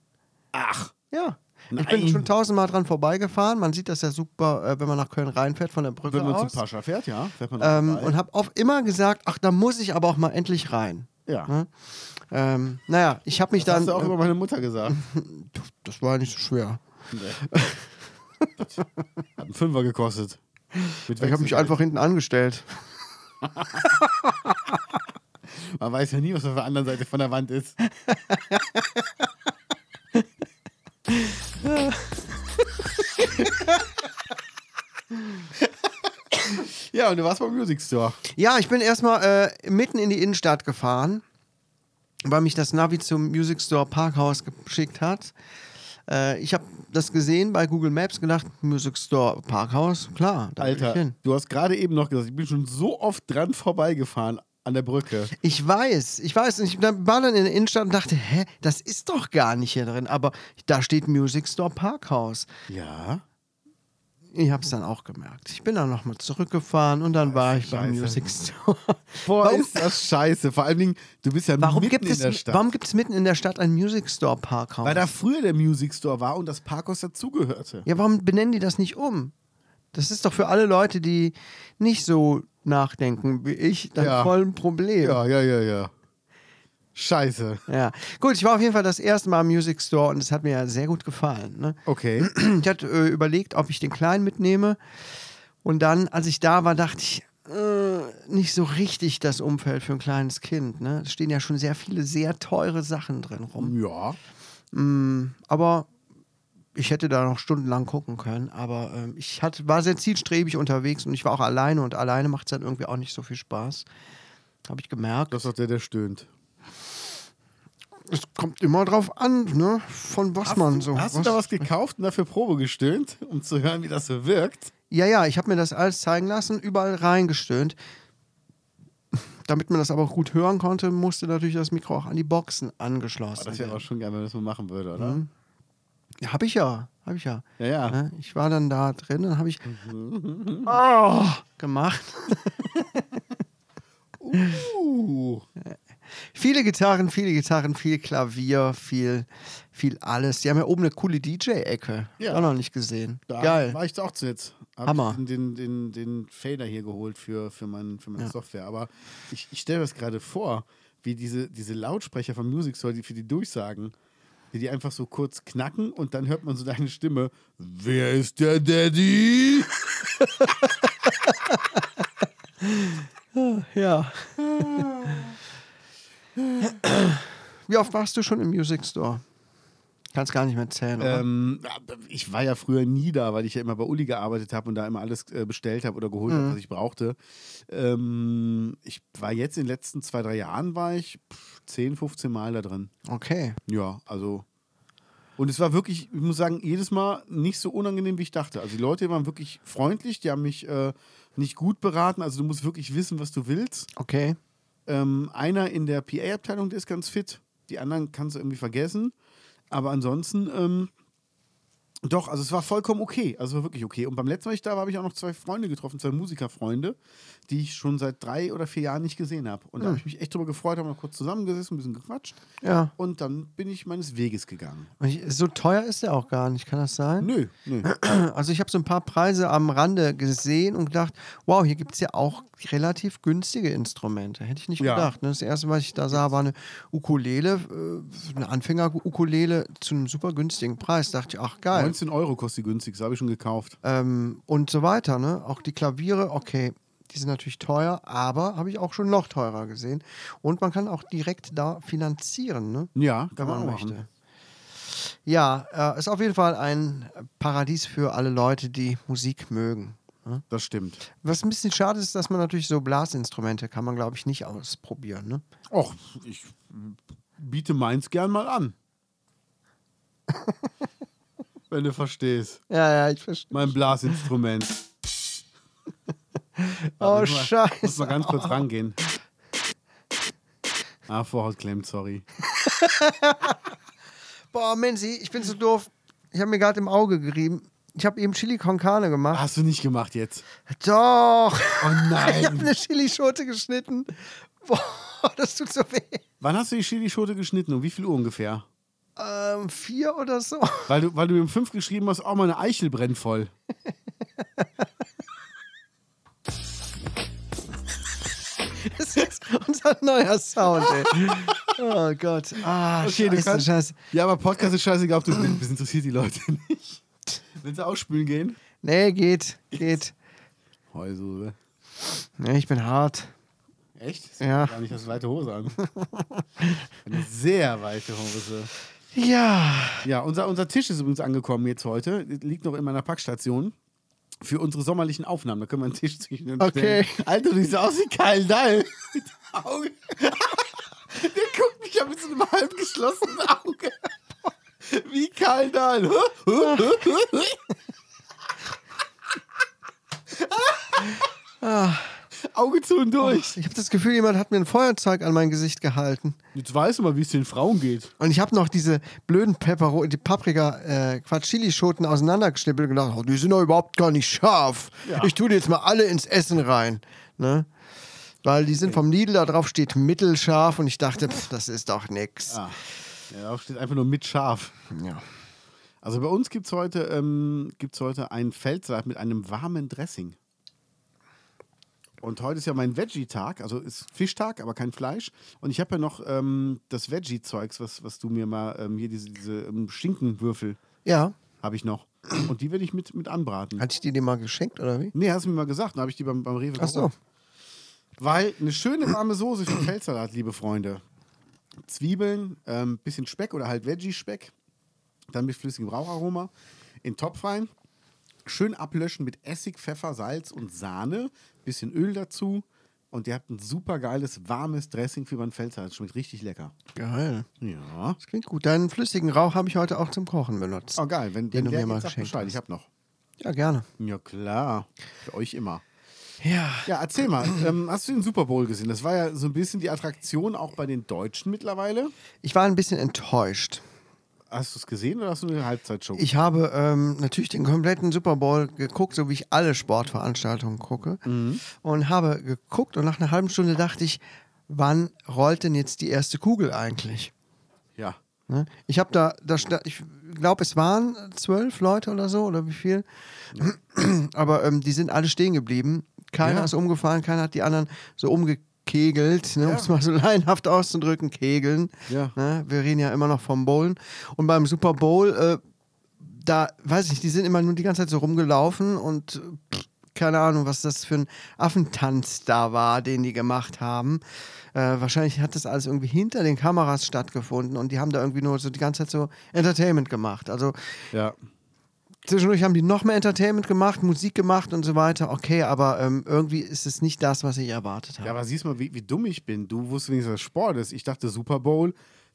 Ach.
Ja. Ich
Nein.
bin schon tausendmal dran vorbeigefahren. Man sieht das ja super, äh, wenn man nach Köln reinfährt von der Brücke
Wenn man
aus.
zum Pascha fährt, ja. Fährt man
ähm,
vorbei.
und habe auch immer gesagt, ach, da muss ich aber auch mal endlich rein.
ja.
Ne? Ähm, naja, ich habe mich
Das
dann. äh,
hast du auch über meine Mutter gesagt.
das war ja nicht so schwer.
Hat einen Fünfer gekostet. Mit
Ich habe mich
Wechselgeld.
einfach hinten angestellt.
Man weiß ja nie, was auf der anderen Seite von der Wand ist. ja, und du warst beim Music Store.
Ja, ich bin erstmal äh, mitten in die Innenstadt gefahren, weil mich das Navi zum Music Store Parkhaus geschickt hat. Äh, ich habe das gesehen bei Google Maps, gedacht, Music Store Parkhaus, klar, da will ich
Alter,
hin.
du hast gerade eben noch gesagt, ich bin schon so oft dran vorbeigefahren an der Brücke.
Ich weiß, ich weiß. Und ich dann- war dann in der Innenstadt und dachte, hä, das ist doch gar nicht hier drin. Aber da steht Music Store Parkhaus.
Ja.
Ich habe es dann auch gemerkt. Ich bin dann nochmal zurückgefahren und dann war ich beim
Scheiße.
Music Store.
<laughs> Boah,
Warum-
ist das scheiße. Vor allen Dingen, du bist ja
Warum
mitten
gibt,
in der
es,
Stadt.
warum gibt es mitten in der Stadt ein Music Store Parkhaus?
Weil da früher der Music Store war und das Parkhaus dazugehörte.
Ja, warum benennen die das nicht um? Das ist doch für alle Leute, die nicht so nachdenken wie ich, dann
Ja.
voll ein Problem. Ja.
Ja, ja, ja, ja. Scheiße.
Gut, ich war auf jeden Fall das erste Mal im Music Store und es hat mir ja sehr gut gefallen. Ne?
Okay.
Ich hatte äh, überlegt, ob ich den Kleinen mitnehme. Und dann, als ich da war, dachte ich, äh, nicht so richtig das Umfeld für ein kleines Kind. Ne? Es stehen ja schon sehr viele sehr teure Sachen drin rum.
Ja.
Aber ich hätte da noch stundenlang gucken können. Aber ähm, ich hat, war sehr zielstrebig unterwegs und ich war auch alleine und alleine macht es dann irgendwie auch nicht so viel Spaß. Habe ich gemerkt.
Das ist doch der, der stöhnt.
Es kommt immer drauf an, ne? Von was man
du,
so.
hast du da was gekauft und dafür Probe gestöhnt, um zu hören, wie das so wirkt?
Ja, ja, ich habe mir das alles zeigen lassen, überall reingestöhnt. Damit man das aber auch gut hören konnte, musste natürlich das Mikro auch an die Boxen angeschlossen
Oh, Ah, Das wäre
werden.
aber schon geil, wenn man das mal machen würde, oder?
Ja, hab ich ja, hab ich ja.
Ja, ja. Mhm.
Ne? Ich war dann da drin, dann habe ich oh, gemacht.
Uh.
Viele Gitarren, viele Gitarren, viel Klavier, viel, viel alles. Die haben ja oben eine coole DJ-Ecke.
Ja.
Auch noch nicht gesehen.
Da
Geil.
war ich da auch zuletzt. Hab
Hammer.
Ich den, den, den, den Fader hier geholt für, für, mein, für meine Software. Aber ich, ich stelle mir das gerade vor, wie diese, diese Lautsprecher von Music Store, die für die Durchsagen, die die einfach so kurz knacken und dann hört man so deine Stimme. Wer ist der Daddy?
Ja. Ah. Wie oft warst du schon im Music Store? Kannst gar nicht mehr zählen. Oder?
Ähm, ich war ja früher nie da, weil ich ja immer bei Uli gearbeitet habe und da immer alles äh, bestellt habe oder geholt habe, was ich brauchte. Ähm, ich war jetzt in den letzten zwei, drei Jahren war ich pff, 10, 15 Mal da drin.
Okay.
Ja, also. Und es war wirklich, ich muss sagen, jedes Mal nicht so unangenehm, wie ich dachte. Also die Leute waren wirklich freundlich, die haben mich äh, nicht gut beraten. Also du musst wirklich wissen, was du willst.
Okay.
Ähm, einer in der PA-Abteilung, der ist ganz fit. Die anderen kannst du irgendwie vergessen. Aber ansonsten, ähm, doch, also es war vollkommen okay. Also es war wirklich okay. Und beim letzten Mal, ich da war, habe ich auch noch zwei Freunde getroffen, zwei Musikerfreunde, die ich schon seit drei oder vier Jahren nicht gesehen habe. Und da habe ich mich echt drüber gefreut, haben wir kurz zusammengesessen, ein bisschen gequatscht.
Ah. Ja.
Und dann bin ich meines Weges gegangen.
Und ich, so teuer ist der auch gar nicht, kann das sein? <clears throat>
Nö, nö.
Also ich habe so ein paar Preise am Rande gesehen und gedacht, wow, hier gibt es ja auch relativ günstige Instrumente. Hätte ich nicht
Ja.
gedacht. Ne? Das erste, was ich da sah, war eine Ukulele, äh, eine Anfänger-Ukulele zu einem super günstigen Preis. Dachte ich, ach geil.
19 Euro kostet die günstigste, habe ich schon gekauft.
Ähm, und so weiter. Ne? Auch die Klaviere, okay, die sind natürlich teuer, aber habe ich auch schon noch teurer gesehen. Und man kann auch direkt da finanzieren, ne?
Ja,
wenn
kann man
man
auch machen.
möchte. Ja, äh, ist auf jeden Fall ein Paradies für alle Leute, die Musik mögen. Ne?
Das stimmt.
Was ein bisschen schade ist, dass man natürlich so Blasinstrumente kann man, glaube ich, nicht ausprobieren. Ne?
Och, ich m, biete meins gern mal an. <laughs> Wenn du verstehst.
Ja, ja, ich verstehe.
Mein Blasinstrument. Muss mal-
Oh,
Muss
scheiße.
mal ganz kurz rangehen. Ah, Vorhaut klemmt, sorry.
Boah, Menzi, ich bin so doof. Ich habe mir gerade im Auge gerieben. Ich habe eben Chili con Carne gemacht.
Hast du nicht gemacht jetzt. Oh
Doch. <laughs> Ich habe
nein.
eine Chilischote geschnitten. Boah, das tut so weh.
Wann hast du die Chilischote geschnitten und wie viel Uhr ungefähr?
Ähm, vier oder so.
Weil du, weil du mir um fünf geschrieben hast, oh, meine Eichel brennt voll.
<laughs> Das ist unser neuer Sound, ey. Oh Gott. Ah,
Okay,
scheiße,
du kannst.
scheiße.
Ja, aber Podcast ist scheißegal, ob du es willst. Das interessiert die Leute nicht. Wenn sie ausspülen gehen.
Nee, geht, geht.
Heulsuse.
Nee, ich bin hart.
Echt?
Ja.
Gar nicht das weite Hose an. <laughs> Eine sehr weite Hose.
Ja.
Ja, unser, unser Tisch ist übrigens angekommen jetzt heute. Liegt noch in meiner Packstation. Für unsere sommerlichen Aufnahmen. Da können wir einen Tisch zwischen uns
Okay.
stellen. Alter, du siehst aus wie Kyle Dall. <laughs> Mit dem Auge. Der guckt mich ja mit so einem halb geschlossenen Auge. Wie Kyle Dall.
Ah.
Auge zu und durch.
Ich habe das Gefühl, jemand hat mir ein Feuerzeug an mein Gesicht gehalten.
Jetzt weißt du mal, wie es den Frauen geht.
Und ich habe noch diese blöden Pepero, die Paprika, äh, Quatsch, Chilischoten auseinandergeschnippelt und gedacht, oh, die sind doch überhaupt gar nicht scharf.
Ja.
Ich tue die jetzt mal alle ins Essen rein. Ne? Weil die sind vom Lidl, da drauf steht mittelscharf und ich dachte, pff, das ist doch nix.
Ah, ja, darauf steht einfach nur mit scharf.
Ja.
Also bei uns gibt es heute, ähm, gibt's heute einen Feldsalat mit einem warmen Dressing. Und heute ist ja mein Veggie-Tag, also ist Fischtag, aber kein Fleisch. Und ich habe ja noch ähm, das Veggie-Zeugs, was, was du mir mal, ähm, hier diese, diese ähm, Schinkenwürfel
ja.
habe ich noch. Und die werde ich mit, mit anbraten.
Hatte ich die dir mal geschenkt oder wie?
Nee, hast du mir mal gesagt, dann habe ich die beim, beim Rewe
Ach so.
geholt. Weil eine schöne warme Soße für Feldsalat, liebe Freunde. Zwiebeln, ähm, bisschen Speck oder halt Veggie-Speck, dann mit flüssigem Raucharoma, in den Topf rein, schön ablöschen mit Essig, Pfeffer, Salz und Sahne, bisschen Öl dazu und ihr habt ein super geiles, warmes Dressing für euren Feldsalat. Schmeckt richtig lecker.
Geil.
Ja.
Das klingt gut. Deinen flüssigen Rauch habe ich heute auch zum Kochen benutzt.
Oh, geil, wenn,
Den
wenn
du
der
mir mal
jetzt sagt
geschenkt
Bescheid,
hast.
ich hab noch.
Ja, gerne.
Ja, klar. Für euch immer.
Ja.
Ja, erzähl mal, ähm, hast du den Super Bowl gesehen? Das war ja so ein bisschen die Attraktion auch bei den Deutschen mittlerweile.
Ich war ein bisschen enttäuscht.
Hast du es gesehen oder hast du eine Halbzeitshow?
Ich habe ähm, natürlich den kompletten Super Bowl geguckt, so wie ich alle Sportveranstaltungen gucke.
Mhm.
Und habe geguckt und nach einer halben Stunde dachte ich, wann rollt denn jetzt die erste Kugel eigentlich?
ja.
Ne? Ich habe da, da, sta- ich glaube, es waren zwölf Leute oder so oder wie viel. Aber ähm, die sind alle stehen geblieben. Keiner
Ja.
ist umgefallen, keiner hat die anderen so umgekegelt, ne, um es mal so <laughs> leinhaft auszudrücken, kegeln.
Ja.
Ne? Wir reden ja immer noch vom Bowlen. Und beim Super Bowl, äh, da, weiß ich, nicht, die sind immer nur die ganze Zeit so rumgelaufen und äh, pff, keine Ahnung, was das für ein Affentanz da war, den die gemacht haben. Äh, wahrscheinlich hat das alles irgendwie hinter den Kameras stattgefunden und die haben da irgendwie nur so die ganze Zeit so Entertainment gemacht. Also
Ja.
Zwischendurch haben die noch mehr Entertainment gemacht, Musik gemacht und so weiter. Okay, aber ähm, irgendwie ist es nicht das, was ich erwartet habe.
Ja, aber siehst mal, wie, wie dumm ich bin. Du wusstest wenigstens, was Sport ist. Ich dachte, Super Bowl,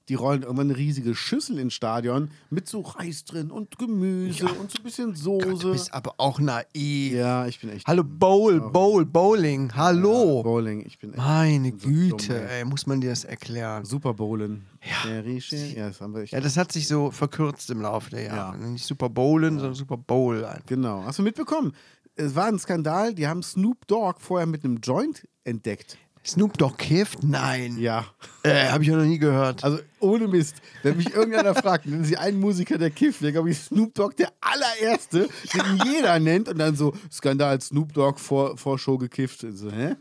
die rollen irgendwann eine riesige Schüssel ins Stadion mit so Reis drin und Gemüse und so ein bisschen
Gott, du
Soße.
bist aber auch naiv.
ja, ich bin echt.
Hallo, Bowl, Bowl, Bowling. Hallo.
Bowling, ich bin echt.
Meine
so dumm,
Güte,
ey.
ey, muss man dir das erklären.
Super Bowlen. Ja. Sherry, Sherry. ja, das haben wir echt.
Ja, das hat sich so verkürzt im Laufe der Jahre. ne?
Ja.
Nicht Super Bowlen, sondern Super Bowl einfach.
Genau. Hast du mitbekommen? Es war ein Skandal. Die haben Snoop Dogg vorher mit einem Joint entdeckt.
Snoop Dogg kifft? Nein.
Ja.
Äh, habe ich auch noch nie gehört.
Also ohne Mist, wenn mich irgendeiner fragt, nennen Sie einen Musiker, der kifft, der glaube ich Snoop Dogg der allererste, den jeder nennt und dann so Skandal Snoop Dogg vor, vor Show gekifft. Und So, hä?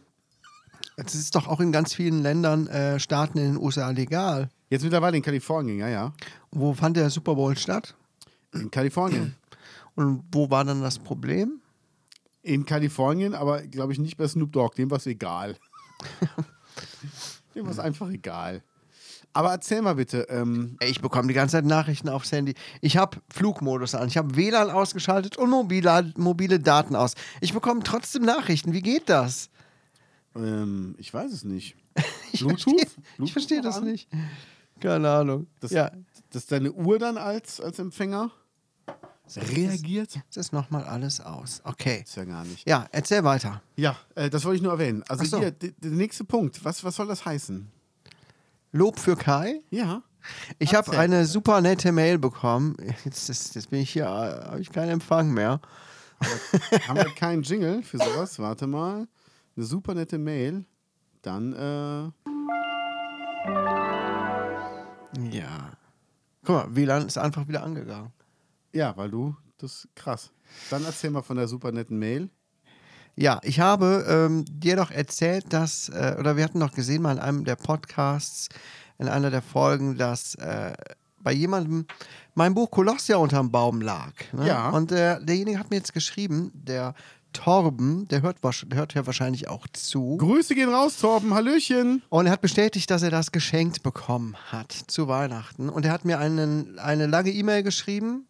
Das ist doch auch in ganz vielen Ländern, äh, Staaten in den USA legal.
Jetzt mittlerweile in Kalifornien, ja, ja.
Wo fand der Super Bowl statt?
In Kalifornien.
Und wo war dann das Problem?
In Kalifornien, aber glaube ich nicht bei Snoop Dogg. Dem war es egal. Dem war es einfach egal. Aber erzähl mal bitte, ähm,
Ey, Ich bekomme die ganze Zeit Nachrichten aufs Handy. Ich habe Flugmodus an, ich habe WLAN ausgeschaltet und mobile, mobile Daten aus. Ich bekomme trotzdem Nachrichten. Wie geht das?
ähm, ich weiß es nicht.
Ich
Bluetooth?
verstehe-
Bluetooth
Ich verstehe das
an?
nicht. Keine Ahnung.
Dass,
ja,
dass deine Uhr dann als, als Empfänger reagiert?
jetzt ist nochmal alles aus. Okay.
Ist ja gar nicht.
Ja, erzähl weiter.
Ja, äh, das wollte ich nur erwähnen. Also
Ach so.
hier, d- der nächste Punkt. Was, was soll das heißen?
Lob für Kai.
<laughs> Ja.
Ich habe
Erzähl.
eine super nette Mail bekommen. Jetzt, ist- jetzt bin ich hier, äh, habe ich keinen Empfang mehr.
Haben wir keinen Jingle für sowas? Warte mal. Eine super nette Mail. Dann, äh,
Ja. Guck mal, WLAN ist einfach wieder angegangen.
ja, weil du, das ist krass. Dann erzähl mal von der super netten Mail.
Ja, ich habe ähm, dir doch erzählt, dass, äh, oder wir hatten doch gesehen mal in einem der Podcasts, in einer der Folgen, dass äh, bei jemandem mein Buch Kolossia unterm Baum lag. Ne?
Ja.
Und äh, derjenige hat mir jetzt geschrieben, der Torben, der hört, wahrsch- der hört ja wahrscheinlich auch zu.
Grüße gehen raus, Torben. Hallöchen.
Und er hat bestätigt, dass er das geschenkt bekommen hat zu Weihnachten. Und er hat mir einen, eine lange E-Mail geschrieben.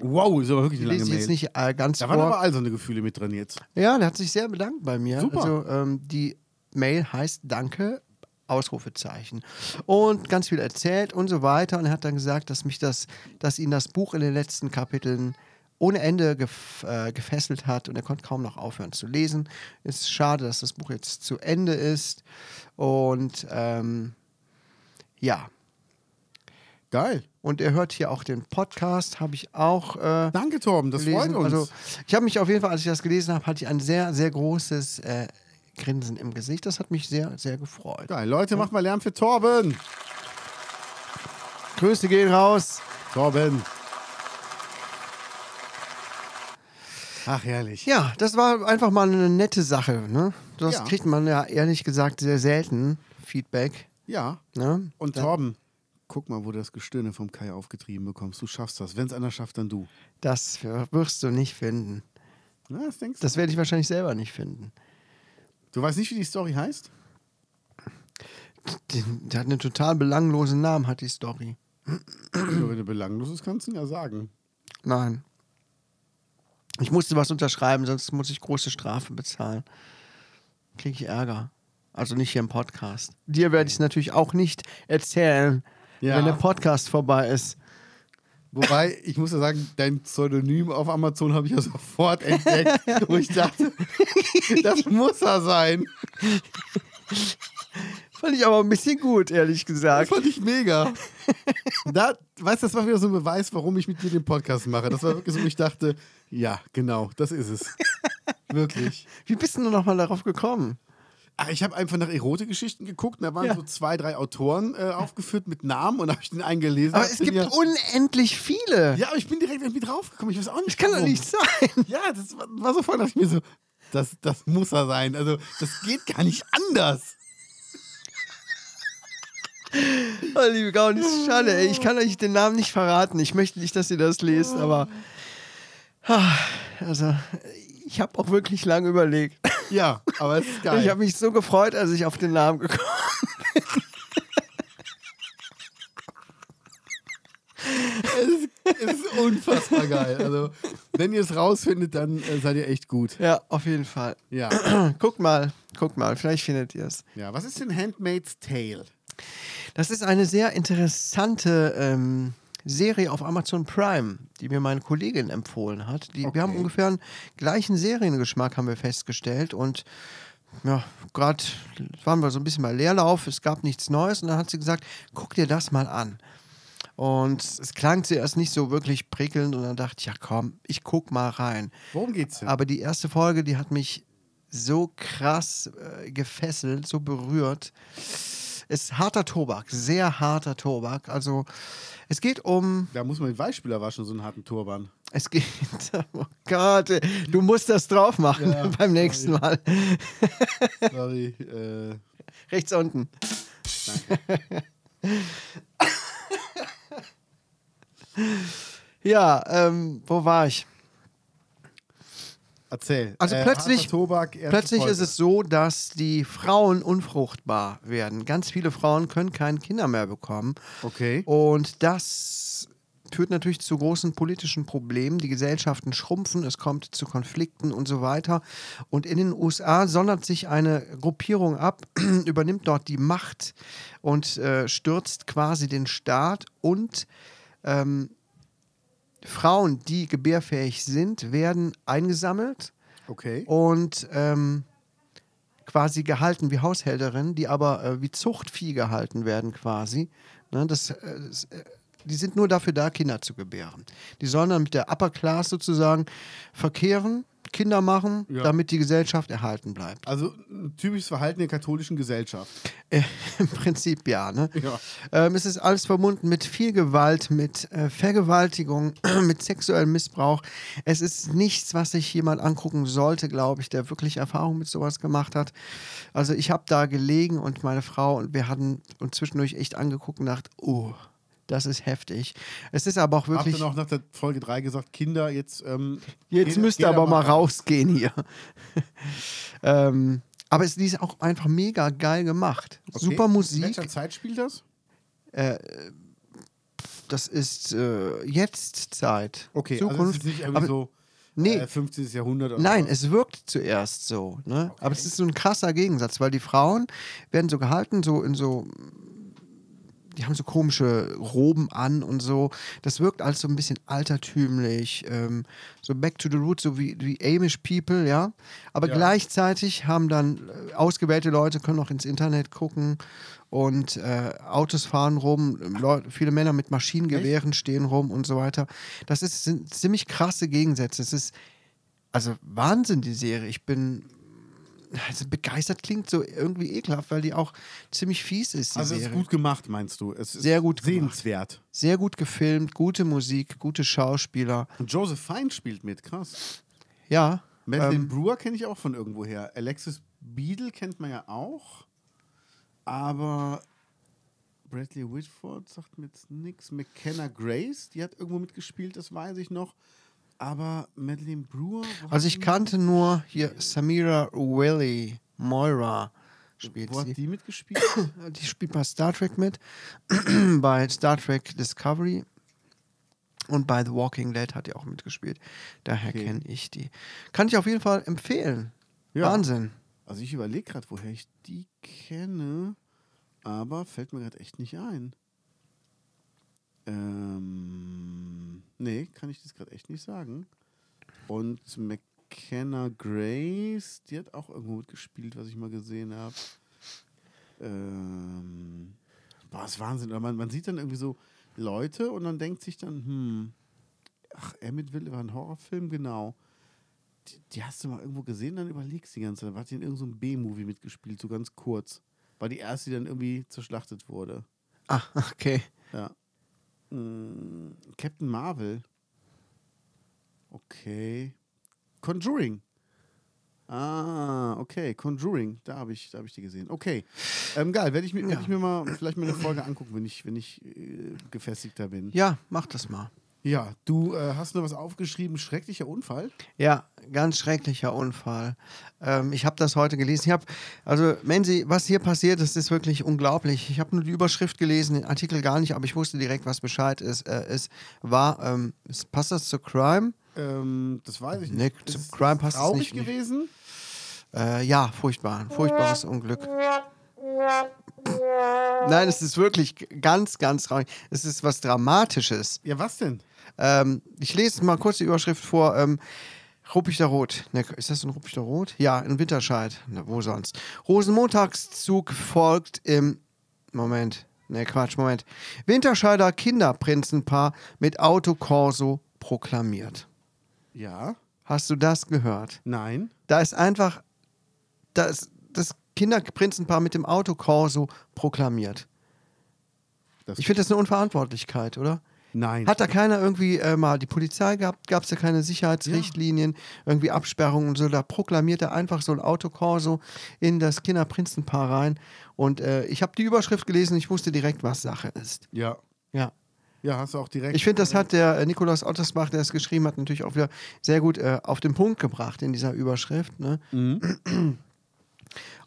Wow, ist aber wirklich
Die
eine lange
lese ich
Mail.
jetzt nicht äh, ganz
da
vor.
waren aber all so eine Gefühle mit drin jetzt.
Ja, der hat sich sehr bedankt bei mir.
Super.
Also ähm, die Mail heißt Danke, Ausrufezeichen. Und ganz viel erzählt und so weiter. Und er hat dann gesagt, dass mich das, dass ihn das Buch in den letzten Kapiteln ohne Ende gef äh, gefesselt hat und er konnte kaum noch aufhören zu lesen. Es ist schade, dass das Buch jetzt zu Ende ist. Und ähm, ja.
Geil.
Und er hört hier auch den Podcast, habe ich auch. Äh,
Danke, Torben. Das
gelesen.
freut uns.
Also, ich habe mich auf jeden Fall, als ich das gelesen habe, hatte ich ein sehr, sehr großes äh, Grinsen im Gesicht. Das hat mich sehr, sehr gefreut.
Geil. Leute, macht mal Lärm für Torben.
Grüße gehen raus.
Torben. Ach, herrlich.
Ja, das war einfach mal eine nette Sache. Ne? Das
Ja.
kriegt man ja ehrlich gesagt sehr selten, Feedback.
Ja.
Ne?
Und Torben, guck mal, wo du das Gestöhne vom Kai aufgetrieben bekommst. Du schaffst das. Wenn es einer schafft, dann du.
Das wirst du nicht finden.
Na, was denkst du?
Das werde ich wahrscheinlich selber nicht finden.
Du weißt nicht, wie die Story heißt? <clears throat>
Die, die hat einen total belanglosen Namen, hat die Story.
Nur wenn du belanglos ist, kannst du ihn ja sagen.
Nein. Ich musste was unterschreiben, sonst muss ich große Strafe bezahlen. Kriege ich Ärger. Also nicht hier im Podcast. Dir werde ich es natürlich auch nicht erzählen,
Ja.
wenn der Podcast vorbei ist.
Wobei, ich muss ja sagen, dein Pseudonym auf Amazon habe ich ja <laughs> sofort entdeckt, wo ich dachte, <laughs> das muss er sein.
Fand ich aber ein bisschen gut, ehrlich
Das
gesagt.
fand ich mega. <laughs> Da, weißt du, das war wieder so ein Beweis, warum ich mit dir den Podcast mache. Das war wirklich so, wo ich dachte, ja, genau, das ist es. Wirklich.
Wie bist denn du nochmal darauf gekommen?
Ach, ich habe einfach nach Erotikgeschichten geguckt und da waren
Ja.
so zwei, drei Autoren äh, aufgeführt mit Namen und da habe ich den eingelesen.
Aber es gibt unendlich viele.
Ja, aber ich bin direkt irgendwie draufgekommen. Ich weiß auch nicht.
Das kann doch
warum.
nicht sein.
Ja, das war, war so voll, dass ich mir so, das, das muss er sein. Also, das geht gar nicht anders.
<laughs> Oh, liebe Gaunis, schade, ey. Ich kann euch den Namen nicht verraten. Ich möchte nicht, dass ihr das lest, aber. Ah, Also, ich habe auch wirklich lange überlegt.
Ja, aber es ist geil.
Ich habe mich so gefreut, als ich auf den Namen gekommen
es ist unfassbar geil. Also, wenn ihr es rausfindet, dann äh, seid ihr echt gut.
bin. Ja, auf jeden Fall. Ah,
Ja.
Guck mal, guck mal, vielleicht findet ihr es.
ja. Was ist denn Handmaid's Tale?
Das ist eine sehr interessante ähm, Serie auf Amazon Prime, die mir meine Kollegin empfohlen hat. Die,
Okay.
Wir haben ungefähr einen gleichen Seriengeschmack, haben wir festgestellt. Und ja, gerade waren wir so ein bisschen bei Leerlauf, es gab nichts Neues. Und dann hat sie gesagt, guck dir das mal an. Und es klang zuerst nicht so wirklich prickelnd und dann dachte ich, ja komm, ich guck mal rein.
Worum geht's denn?
Aber die erste Folge, die hat mich so krass äh, gefesselt, so berührt. Es ist harter Tobak, sehr harter Tobak. Also es geht um, <laughs>
Da muss man den Weichspüler waschen, so einen harten Turban.
es geht, oh Gott, ey, <laughs> du musst das drauf machen
Ja.
beim nächsten Mal.
Sorry, äh,
Rechts unten. <laughs> ja, ähm, wo war ich?
Erzähl.
Also
Äh,
plötzlich,
harter Tobak, erste
plötzlich
Folge.
ist es so, dass die Frauen unfruchtbar werden. Ganz viele Frauen können keine Kinder mehr bekommen.
Okay.
Und das führt natürlich zu großen politischen Problemen. Die Gesellschaften schrumpfen, es kommt zu Konflikten und so weiter. Und in den USA sondert sich eine Gruppierung ab, <clears throat> übernimmt dort die Macht und äh, stürzt quasi den Staat und ähm, Frauen, die gebärfähig sind, werden eingesammelt
Okay.
Oh. und ähm, quasi gehalten wie Haushälterinnen, die aber äh, wie Zuchtvieh gehalten werden quasi. Ne, das, äh, das, äh, die sind nur dafür da, Kinder zu gebären. Die sollen dann mit der Upper Class sozusagen verkehren, Kinder machen,
Ja.
damit die Gesellschaft erhalten bleibt.
Also ein typisches Verhalten der katholischen Gesellschaft.
Äh, <laughs> Im Prinzip ja. Ne?
Ja.
Ähm, es ist alles verbunden mit viel Gewalt, mit äh, Vergewaltigung, <clears throat> mit sexuellem Missbrauch. Es ist nichts, was sich jemand angucken sollte, glaube ich, der wirklich Erfahrung mit sowas gemacht hat. Also ich habe da gelegen und meine Frau und wir hatten uns zwischendurch echt angeguckt und gedacht, oh, das ist heftig. Es ist aber auch
Habt ihr
wirklich...
noch nach der Folge 3 gesagt, Kinder, jetzt. Ähm,
Jetzt
geht-
müsst
geht
ihr aber mal rausgehen hier. <laughs> ähm, aber es die ist auch einfach mega geil gemacht.
Okay.
Super
In
Musik.
welcher Zeit spielt das?
Das ist äh, jetzt Zeit.
Okay,
Zukunft.
also es ist nicht irgendwie
aber,
so
nee.
äh, 15. Jahrhundert oder
Nein,
so.
es wirkt zuerst so. Ne? Aber es ist so ein krasser Gegensatz, weil die Frauen werden so gehalten, so in so. Die haben so komische Roben an und so. Das wirkt alles so ein bisschen altertümlich. Ähm, so back to the roots, so wie, wie Amish People, ja. Aber gleichzeitig haben dann äh, ausgewählte Leute, können auch ins Internet gucken und äh, Autos fahren rum. Leu- viele Männer mit Maschinengewehren stehen rum und so weiter. Das ist, sind ziemlich krasse Gegensätze. Es ist also Wahnsinn, die Serie. Ich bin. Also begeistert klingt so irgendwie ekelhaft, weil die auch ziemlich fies ist. Die
Also es
Serie.
ist gut gemacht, meinst du? Es ist
Sehr gut gemacht.
Sehenswert.
Sehr gut gefilmt, gute Musik, gute Schauspieler.
Und Joseph Fine spielt mit, krass.
Ja. ähm,
Madeline Brewer kenne ich auch von irgendwoher. Alexis Beadle kennt man ja auch. Aber Bradley Whitford sagt mir jetzt nichts. McKenna Grace, die hat irgendwo mitgespielt, das weiß ich noch. Aber Madeline Brewer. wo hat
Also ich
die-
kannte nur hier Samira Willy, Moira spielt
Wo hat
sie.
die mitgespielt?
Die spielt bei Star Trek mit, <clears throat> bei Star Trek Discovery und bei The Walking Dead hat die auch mitgespielt. Daher
Okay.
kenne ich die. Kann ich auf jeden Fall empfehlen.
Ja.
Wahnsinn.
also ich überlege gerade, woher ich die kenne. Aber fällt mir gerade echt nicht ein. Ähm, nee, kann ich das gerade echt nicht sagen. Und McKenna Grace, die hat auch irgendwo mitgespielt, was ich mal gesehen habe. Ähm, boah, ist Wahnsinn. Oder man, man sieht dann irgendwie so Leute und dann denkt sich dann, hm, ach, Emmett war ein Horrorfilm, genau. Die, die hast du mal irgendwo gesehen, dann überlegst du die ganze Zeit. Hat die in irgendeinem B-Movie mitgespielt, so ganz kurz. War die erste, die dann irgendwie zerschlachtet wurde.
Ah, <laughs> okay.
Ja. Mm, Captain Marvel. Okay. Conjuring. Ah, okay. Conjuring. Da habe ich, da hab ich die gesehen. Okay. Ähm, geil. Werde ich, mir- werd ich mir mal vielleicht mal eine Folge angucken, wenn ich, wenn ich äh, gefestigter bin.
Ja, mach das mal.
Ja, du äh, hast noch was aufgeschrieben. Schrecklicher Unfall.
Ja, ganz schrecklicher Unfall. Ähm, ich habe das heute gelesen. Ich habe, also Menzi, was hier passiert ist, ist wirklich unglaublich. Ich habe nur die Überschrift gelesen, den Artikel gar nicht, aber ich wusste direkt, was Bescheid ist. Äh, es war, ähm, es- passt das zu Crime?
Ähm, das weiß ich
Nee,
nicht.
zum
Ist
Crime passt es
traurig
nicht, nee.
gewesen.
Äh, ja, furchtbar. Ein furchtbares Unglück. Nein, es ist wirklich g- ganz, ganz traurig. Es ist was Dramatisches.
Ja, was denn?
Ähm, ich lese mal kurz die Überschrift vor. Ähm, Ruppichter Rot. Ne, ist das in Ruppichter Rot? Ja, in Winterscheid. Na, wo sonst? Rosenmontagszug folgt im. Moment. Ne, Quatsch, Moment. Winterscheider Kinderprinzenpaar mit Autokorso proklamiert.
Ja.
Hast du das gehört?
Nein.
Da ist einfach das, das Kinderprinzenpaar mit dem Autokorso proklamiert.
Das
Ich finde das eine Unverantwortlichkeit, oder?
Nein.
Hat da keiner irgendwie äh, mal die Polizei gehabt? Gab es da keine Sicherheitsrichtlinien, irgendwie Absperrungen und so? Da proklamiert er einfach so ein Autokorso in das Kinderprinzenpaar rein. Und äh, ich habe die Überschrift gelesen, ich wusste direkt, was Sache ist.
Ja.
Ja.
Ja, hast du auch direkt.
Ich finde, das hat der äh, Nikolaus Ottersbach, der es geschrieben hat, natürlich auch wieder sehr gut äh, auf den Punkt gebracht in dieser Überschrift. Ne?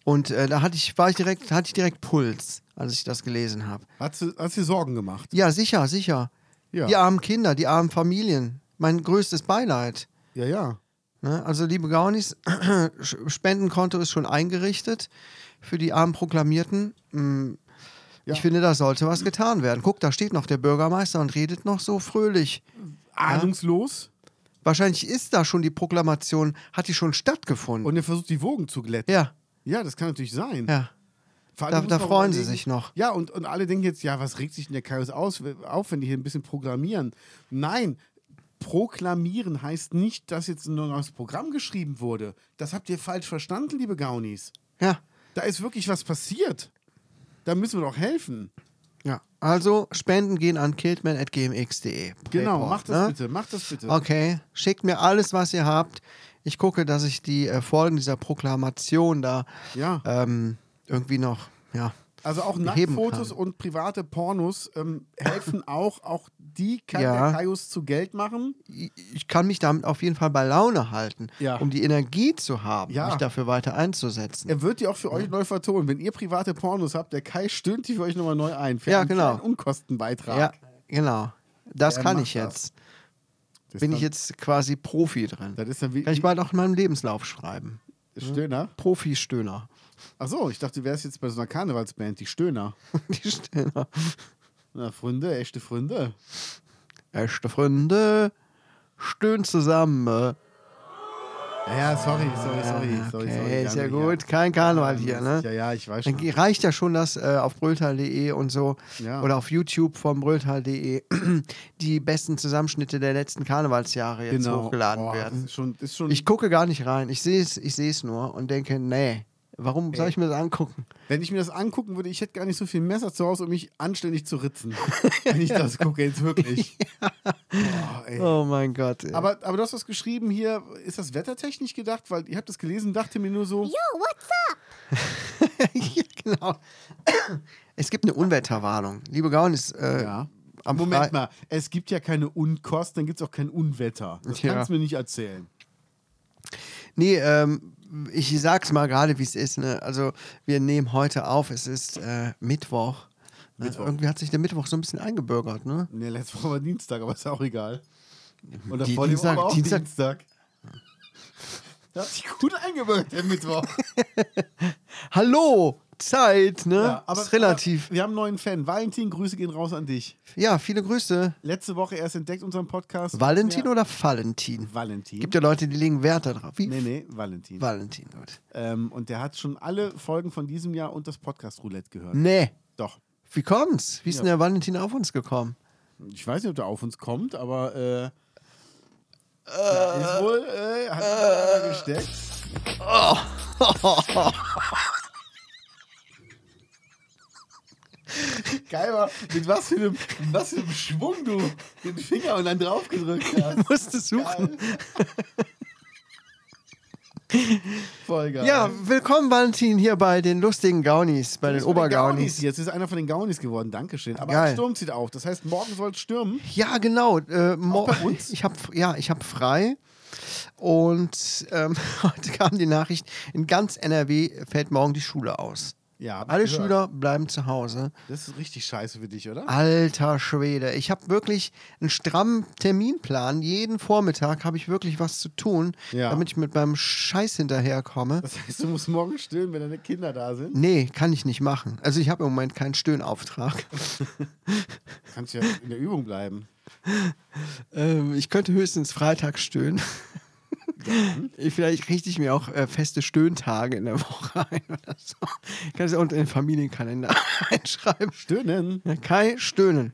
Und äh, da hatte ich, war ich direkt, hatte ich direkt Puls, als ich das gelesen habe.
Hast du, hast dir Sorgen gemacht?
Ja, sicher, sicher.
Ja.
Die armen Kinder, die armen Familien. Mein größtes Beileid.
Ja, ja.
Ne? Also, liebe Gaunis, <clears throat> Sch- Spendenkonto ist schon eingerichtet für die armen Proklamierten. Mm,
Ja.
Ich finde, da sollte was getan werden. Guck, da steht noch der Bürgermeister und redet noch so fröhlich.
Ahnungslos.
Wahrscheinlich ist da schon die Proklamation, hat die schon stattgefunden.
Und er versucht, die Wogen zu glätten.
ja,
Ja, das kann natürlich sein.
ja.
Vor
Da-
muss
da
man auch
freuen sie sich noch.
Ja, und, und alle denken jetzt, ja, was regt sich denn der Kaius aus, auf, wenn die hier ein bisschen programmieren? Nein, proklamieren heißt nicht, dass jetzt ein neues Programm geschrieben wurde. Das habt ihr falsch verstanden, liebe Gaunis.
Ja,
Da ist wirklich was passiert. Da müssen wir doch helfen.
ja. Also, Spenden gehen an killman.gmx.de.
Genau,
PayPal,
macht das
ne?
bitte, macht das bitte.
Okay, schickt mir alles, was ihr habt. Ich gucke, dass ich die äh, Folgen dieser Proklamation da
Ja.
ähm, irgendwie noch, ja.
Also auch
beheben
Nacktfotos
kann.
und private Pornos ähm,
<laughs>
helfen auch. Auch die kann
Ja.
der Kaius zu Geld machen.
Ich- Ich kann mich damit auf jeden Fall bei Laune halten,
Ja.
um die Energie zu haben,
Ja.
mich dafür weiter einzusetzen.
Er wird die auch für euch neu vertonen. Wenn ihr private Pornos habt, der Kai stöhnt die für euch nochmal neu ein. Für
Ja,
einen
genau.
kleinen Unkostenbeitrag.
Ja, genau. Das
Er
kann
macht
ich
das.
jetzt.
Das
Bin
ist
ich
dann-
jetzt quasi Profi drin.
Das ist dann wie
kann ich
wie
bald auch in meinem Lebenslauf schreiben.
Stöhner.
Profi-Stöhner. <laughs>
Achso, ich dachte, du wärst jetzt bei so einer Karnevalsband, die Stöhner.
Die Stöhner.
Na, Freunde, echte Freunde.
Echte Freunde, stöhnt zusammen. äh.
Ja, ja, sorry, sorry, sorry.
Okay,
sorry, sorry
ist ja
Janne,
gut. Kein Karneval hier, ne?
Ja, ja, ich weiß
Dann
schon.
ge- reicht ja schon, dass äh, auf brülltal.de und so
Ja.
oder auf YouTube vom brülltal.de <clears throat> die besten Zusammenschnitte der letzten Karnevalsjahre jetzt hochgeladen
Genau. Boah, Das
werden.
ist schon, ist schon
Ich gucke gar nicht rein. Ich sehe es ich seh's nur und denke, nee, warum soll ich mir das angucken?
Wenn ich mir das angucken würde, ich hätte gar nicht so viel Messer zu Hause, um mich anständig zu ritzen. <laughs> wenn ich das gucke, jetzt
<laughs>
wirklich. Boah, ey.
Oh mein Gott. ey.
Aber, aber du hast was geschrieben hier, ist das wettertechnisch gedacht? Weil ich habe das gelesen, dachte mir nur so,
<laughs> ja, genau. <clears throat> Es gibt eine Unwetterwarnung. Liebe Gaunis, äh,
ja.
am
Ah, Moment
Fre-
mal, es gibt ja keine Unkosten, dann gibt es auch kein Unwetter. Das
Ja.
kannst du mir nicht erzählen.
Nee, ähm, ich sag's mal gerade, wie es ist. Ne? Also, wir nehmen heute auf, es ist äh, Mittwoch. Mittwoch. Irgendwie hat sich der Mittwoch so ein bisschen eingebürgert, ne?
Ne, letzte Woche war Dienstag, aber ist auch egal. Und davor
Die-
die Woche
Dienstag-
war auch
Dienstag-
Dienstag. Dienstag. Da hat sich gut eingebürgt, der
<laughs>
Mittwoch.
Hallo, Zeit, ne?
Ja, aber,
ist relativ.
Aber wir haben einen neuen Fan. Valentin, Grüße gehen raus an dich.
ja, viele Grüße.
letzte Woche erst entdeckt unseren Podcast.
Valentin
Ja.
oder Valentin?
Valentin.
Gibt ja Leute, die legen Wert darauf. Wie?
nee, nee, Valentin.
Valentin, gut.
ähm, und der hat schon alle Folgen von diesem Jahr und das Podcast Roulette gehört.
Nee.
Doch.
Wie kommt's? Wie ist denn der Valentin auf uns gekommen?
Ich weiß nicht, ob der auf uns kommt, aber äh, da ist wohl äh, hat äh, gesteckt. <laughs> Geil war, mit was für einem, mit was für einem Schwung du den Finger und dann draufgedrückt hast.
Musste suchen.
Geil. Voll geil.
Ja, willkommen, Valentin, hier bei den lustigen Gaunis, bei den
Jetzt bei den
Obergaunis.
Jetzt ist einer von den Gaunis geworden, Dankeschön. Aber
Geil.
ein Sturm zieht auf. Das heißt, morgen soll es stürmen.
Ja, genau. Äh, mor-
bei uns?
<laughs> Ich habe ja, ich habe frei. Und ähm, <laughs> heute kam die Nachricht: In ganz NRW fällt morgen die Schule aus.
Ja, hab ich
Alle
gehört.
Schüler Ah. bleiben zu Hause.
Das ist richtig scheiße für dich, oder?
Alter Schwede, ich habe wirklich einen strammen Terminplan. Jeden Vormittag habe ich wirklich was zu tun,
Ja.
damit ich mit meinem Scheiß hinterherkomme.
Das heißt, du musst morgen stören, wenn deine Kinder da sind.
Nee, kann ich nicht machen. Also ich habe im Moment keinen Stöhnauftrag.
Du kannst ja in der Übung bleiben.
Ähm, ich könnte höchstens Freitag stöhnen. Ich, vielleicht richte ich mir auch äh, feste Stöhntage in der Woche ein oder so. Ich kann es ja unten <laughs> in den Familienkalender einschreiben.
Stöhnen.
Ja, Kai, stöhnen.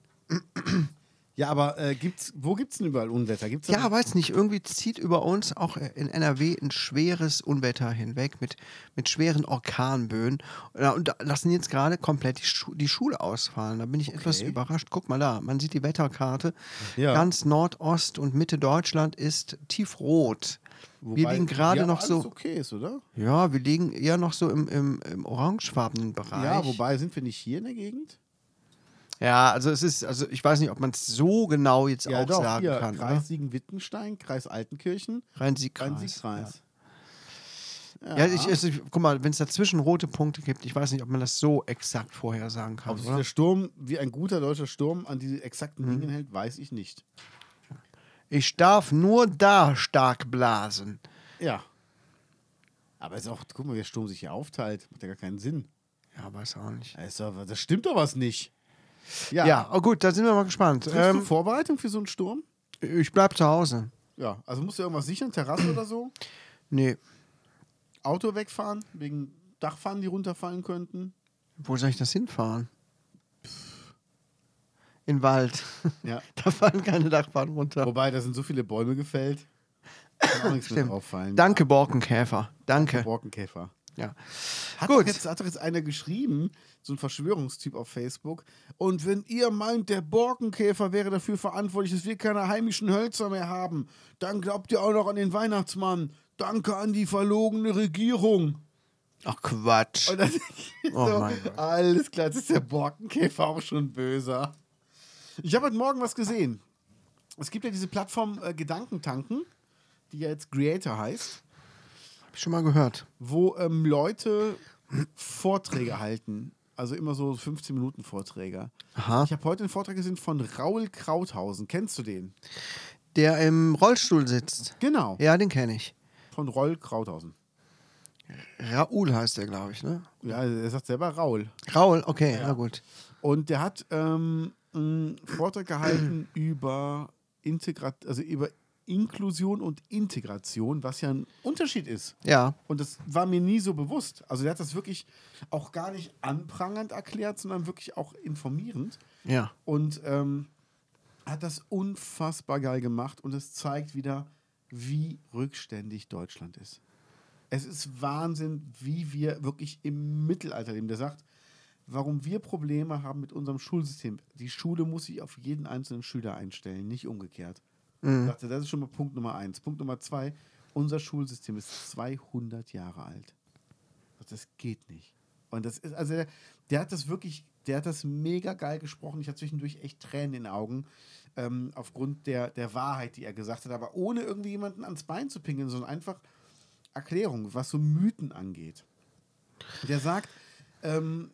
Ja, aber äh, gibt's, wo gibt es denn überall Unwetter? Gibt's da-
Ja, weiß nicht, irgendwie zieht über uns auch in NRW ein schweres Unwetter hinweg mit, mit schweren Orkanböen. Ja, Und da lassen jetzt gerade komplett die, Schu die Schule ausfallen. Da bin ich etwas überrascht. Guck mal da, man sieht die Wetterkarte.
Ja.
Ganz Nordost und Mitte Deutschland ist tiefrot. wir
Wobei
liegen gerade
hier
noch
alles
so.
okay ist, oder?
Ja, wir liegen eher noch so im, im, im orangefarbenen Bereich.
Ja, wobei sind wir nicht hier in der Gegend?
Ja, also es ist, also ich weiß nicht, ob man es so genau jetzt auch sagen
hier,
kann. oder?
Kreis Siegen-Wittenstein, Kreis Altenkirchen,
Rhein-Sieg-Kreis.
Rhein-Sieg-Kreis.
Ja, ich, also ich, guck mal, wenn es dazwischen rote Punkte gibt, ich weiß nicht, ob man das so exakt vorhersagen kann,
Ob sich
oder? Mhm.
der Sturm wie ein guter deutscher Sturm an diese exakten Linien hält, weiß ich nicht.
Ich darf nur da stark blasen.
Ja. Aber es ist auch, guck mal, wie der Sturm sich hier aufteilt. Macht ja gar keinen Sinn.
Ja, weiß auch nicht.
Also, das stimmt doch was nicht.
Ja, oh gut, da sind wir mal gespannt.
Triffst du
Ähm,
Vorbereitung für so einen Sturm?
ich bleib zu Hause.
Ja. Also musst du irgendwas sichern, Terrasse oder so?
Nee,
Auto wegfahren, wegen Dachpfannen, die runterfallen könnten.
wo soll ich das hinfahren? In den Wald.
<laughs> Ja.
<laughs> da fallen keine Dachbahn runter.
Wobei, da sind so viele Bäume gefällt. Kann auch nichts mehr
Stimmt.
auffallen.
Danke, Borkenkäfer. Danke.
Borkenkäfer.
Ja.
Hat,
Gut.
Doch jetzt, hat doch jetzt einer geschrieben, so ein Verschwörungstyp auf Facebook. Und wenn ihr meint, der Borkenkäfer wäre dafür verantwortlich, dass wir keine heimischen Hölzer mehr haben, dann glaubt ihr auch noch an den Weihnachtsmann. Danke an die verlogene Regierung.
Ach Quatsch.
Und dann denk ich
Oh
so,
mein Gott.
alles klar, jetzt ist der Borkenkäfer auch schon böser. Ich habe heute Morgen was gesehen. Es gibt ja diese Plattform äh, Gedankentanken, die ja jetzt Creator heißt
Hab ich schon mal gehört.
wo ähm, Leute Vorträge halten. Also immer so 15 Minuten Vorträge.
Aha.
Ich habe heute einen Vortrag gesehen von Raul Krauthausen. Kennst du den?
Der im Rollstuhl sitzt.
Genau.
Ja, den kenne ich.
Von Raul Krauthausen.
Raoul heißt der, glaube ich, ne?
Ja, er sagt selber Raul.
Raoul, okay, na gut.
Und der hat ähm, einen Vortrag gehalten <clears throat> über Integrat also über Inklusion und Integration, was ja ein Unterschied ist.
Ja.
Und das war mir nie so bewusst. Also der hat das wirklich auch gar nicht anprangernd erklärt, sondern wirklich auch informierend.
Ja.
Und ähm, hat das unfassbar geil gemacht und es zeigt wieder, wie rückständig Deutschland ist. Es ist Wahnsinn, wie wir wirklich im Mittelalter leben. Der sagt, warum wir Probleme haben mit unserem Schulsystem. Die Schule muss sich auf jeden einzelnen Schüler einstellen, nicht umgekehrt. Sagt er, das ist schon mal Punkt Nummer eins. Punkt Nummer zwei, unser Schulsystem ist 200 Jahre alt. Das geht nicht. Und das ist, also der, der hat das wirklich, der hat das mega geil gesprochen. Ich hatte zwischendurch echt Tränen in den Augen, ähm, aufgrund der, der Wahrheit, die er gesagt hat, aber ohne irgendwie jemanden ans Bein zu pingeln, sondern einfach Erklärung, was so Mythen angeht. Der sagt, ähm,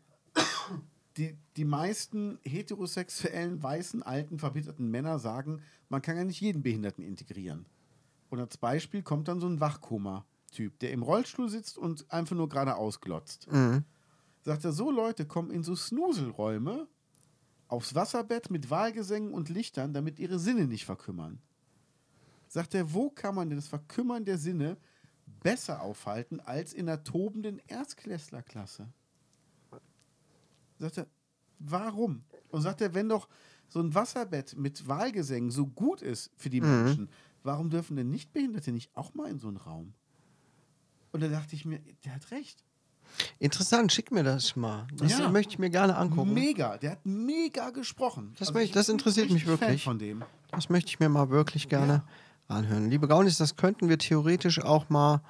die, die meisten heterosexuellen, weißen, alten, verbitterten Männer sagen, man kann ja nicht jeden Behinderten integrieren. Und als Beispiel kommt dann so ein Wachkoma-Typ, der im Rollstuhl sitzt und einfach nur geradeaus glotzt. Sagt er, so Leute kommen in so Snuselräume aufs Wasserbett mit Wahlgesängen und Lichtern, damit ihre Sinne nicht verkümmern. Sagt er, wo kann man denn das Verkümmern der Sinne besser aufhalten als in einer tobenden Erstklässlerklasse? Sagt er, warum? Und sagt er, wenn doch so ein Wasserbett mit Wahlgesängen so gut ist für
Mhm.
die Menschen, warum dürfen denn Nichtbehinderte nicht auch mal in so einen Raum? Und da dachte ich mir, der hat recht.
Interessant, schick mir das mal. Das
Ja.
möchte ich mir gerne angucken.
Mega, der hat mega gesprochen. Also
Das möchte-
ich
das
bin
interessiert mich
richtig Fan
wirklich.
Von dem.
Das möchte ich mir mal wirklich gerne anhören. Liebe Gaunis, das könnten wir theoretisch auch mal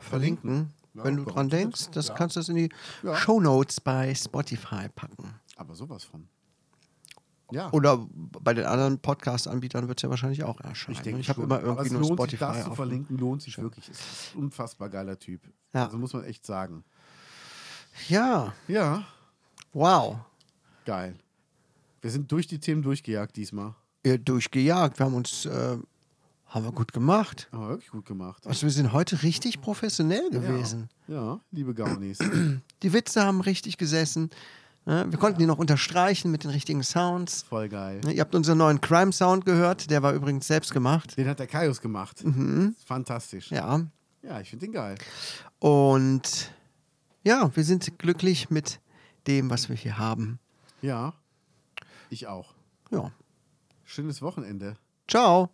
verlinken.
Ja,
Wenn du
warum
dran
nicht?
denkst, das
Ja.
kannst du das in die
Ja.
Show Notes bei Spotify packen.
Aber sowas von. Ja.
Oder bei den anderen Podcast-Anbietern wird es ja wahrscheinlich auch erscheinen. Ich, ich habe
schon.
immer
Aber
irgendwie
es
nur
lohnt
Spotify.
Sich, das zu
offen.
verlinken lohnt sich wirklich. Es ist ein unfassbar geiler Typ.
Ja.
Also muss man echt sagen.
Ja,
Ja,
wow.
geil. Wir sind durch die Themen durchgejagt diesmal.
Ja, durchgejagt. Wir haben uns äh, haben wir gut gemacht.
Aber wirklich gut gemacht.
Also wir sind heute richtig professionell gewesen.
Ja, liebe Gaunis.
Die Witze haben richtig gesessen. ne? Wir konnten die noch unterstreichen mit den richtigen Sounds.
Voll geil.
Ne, Ihr habt unseren neuen Crime-Sound gehört. Der war übrigens selbst gemacht.
Den hat der Kaius gemacht. Fantastisch.
Ja.
ja ich finde den geil.
Und ja, wir sind glücklich mit dem, was wir hier haben.
Ja, ich auch.
Ja.
Schönes Wochenende.
Ciao.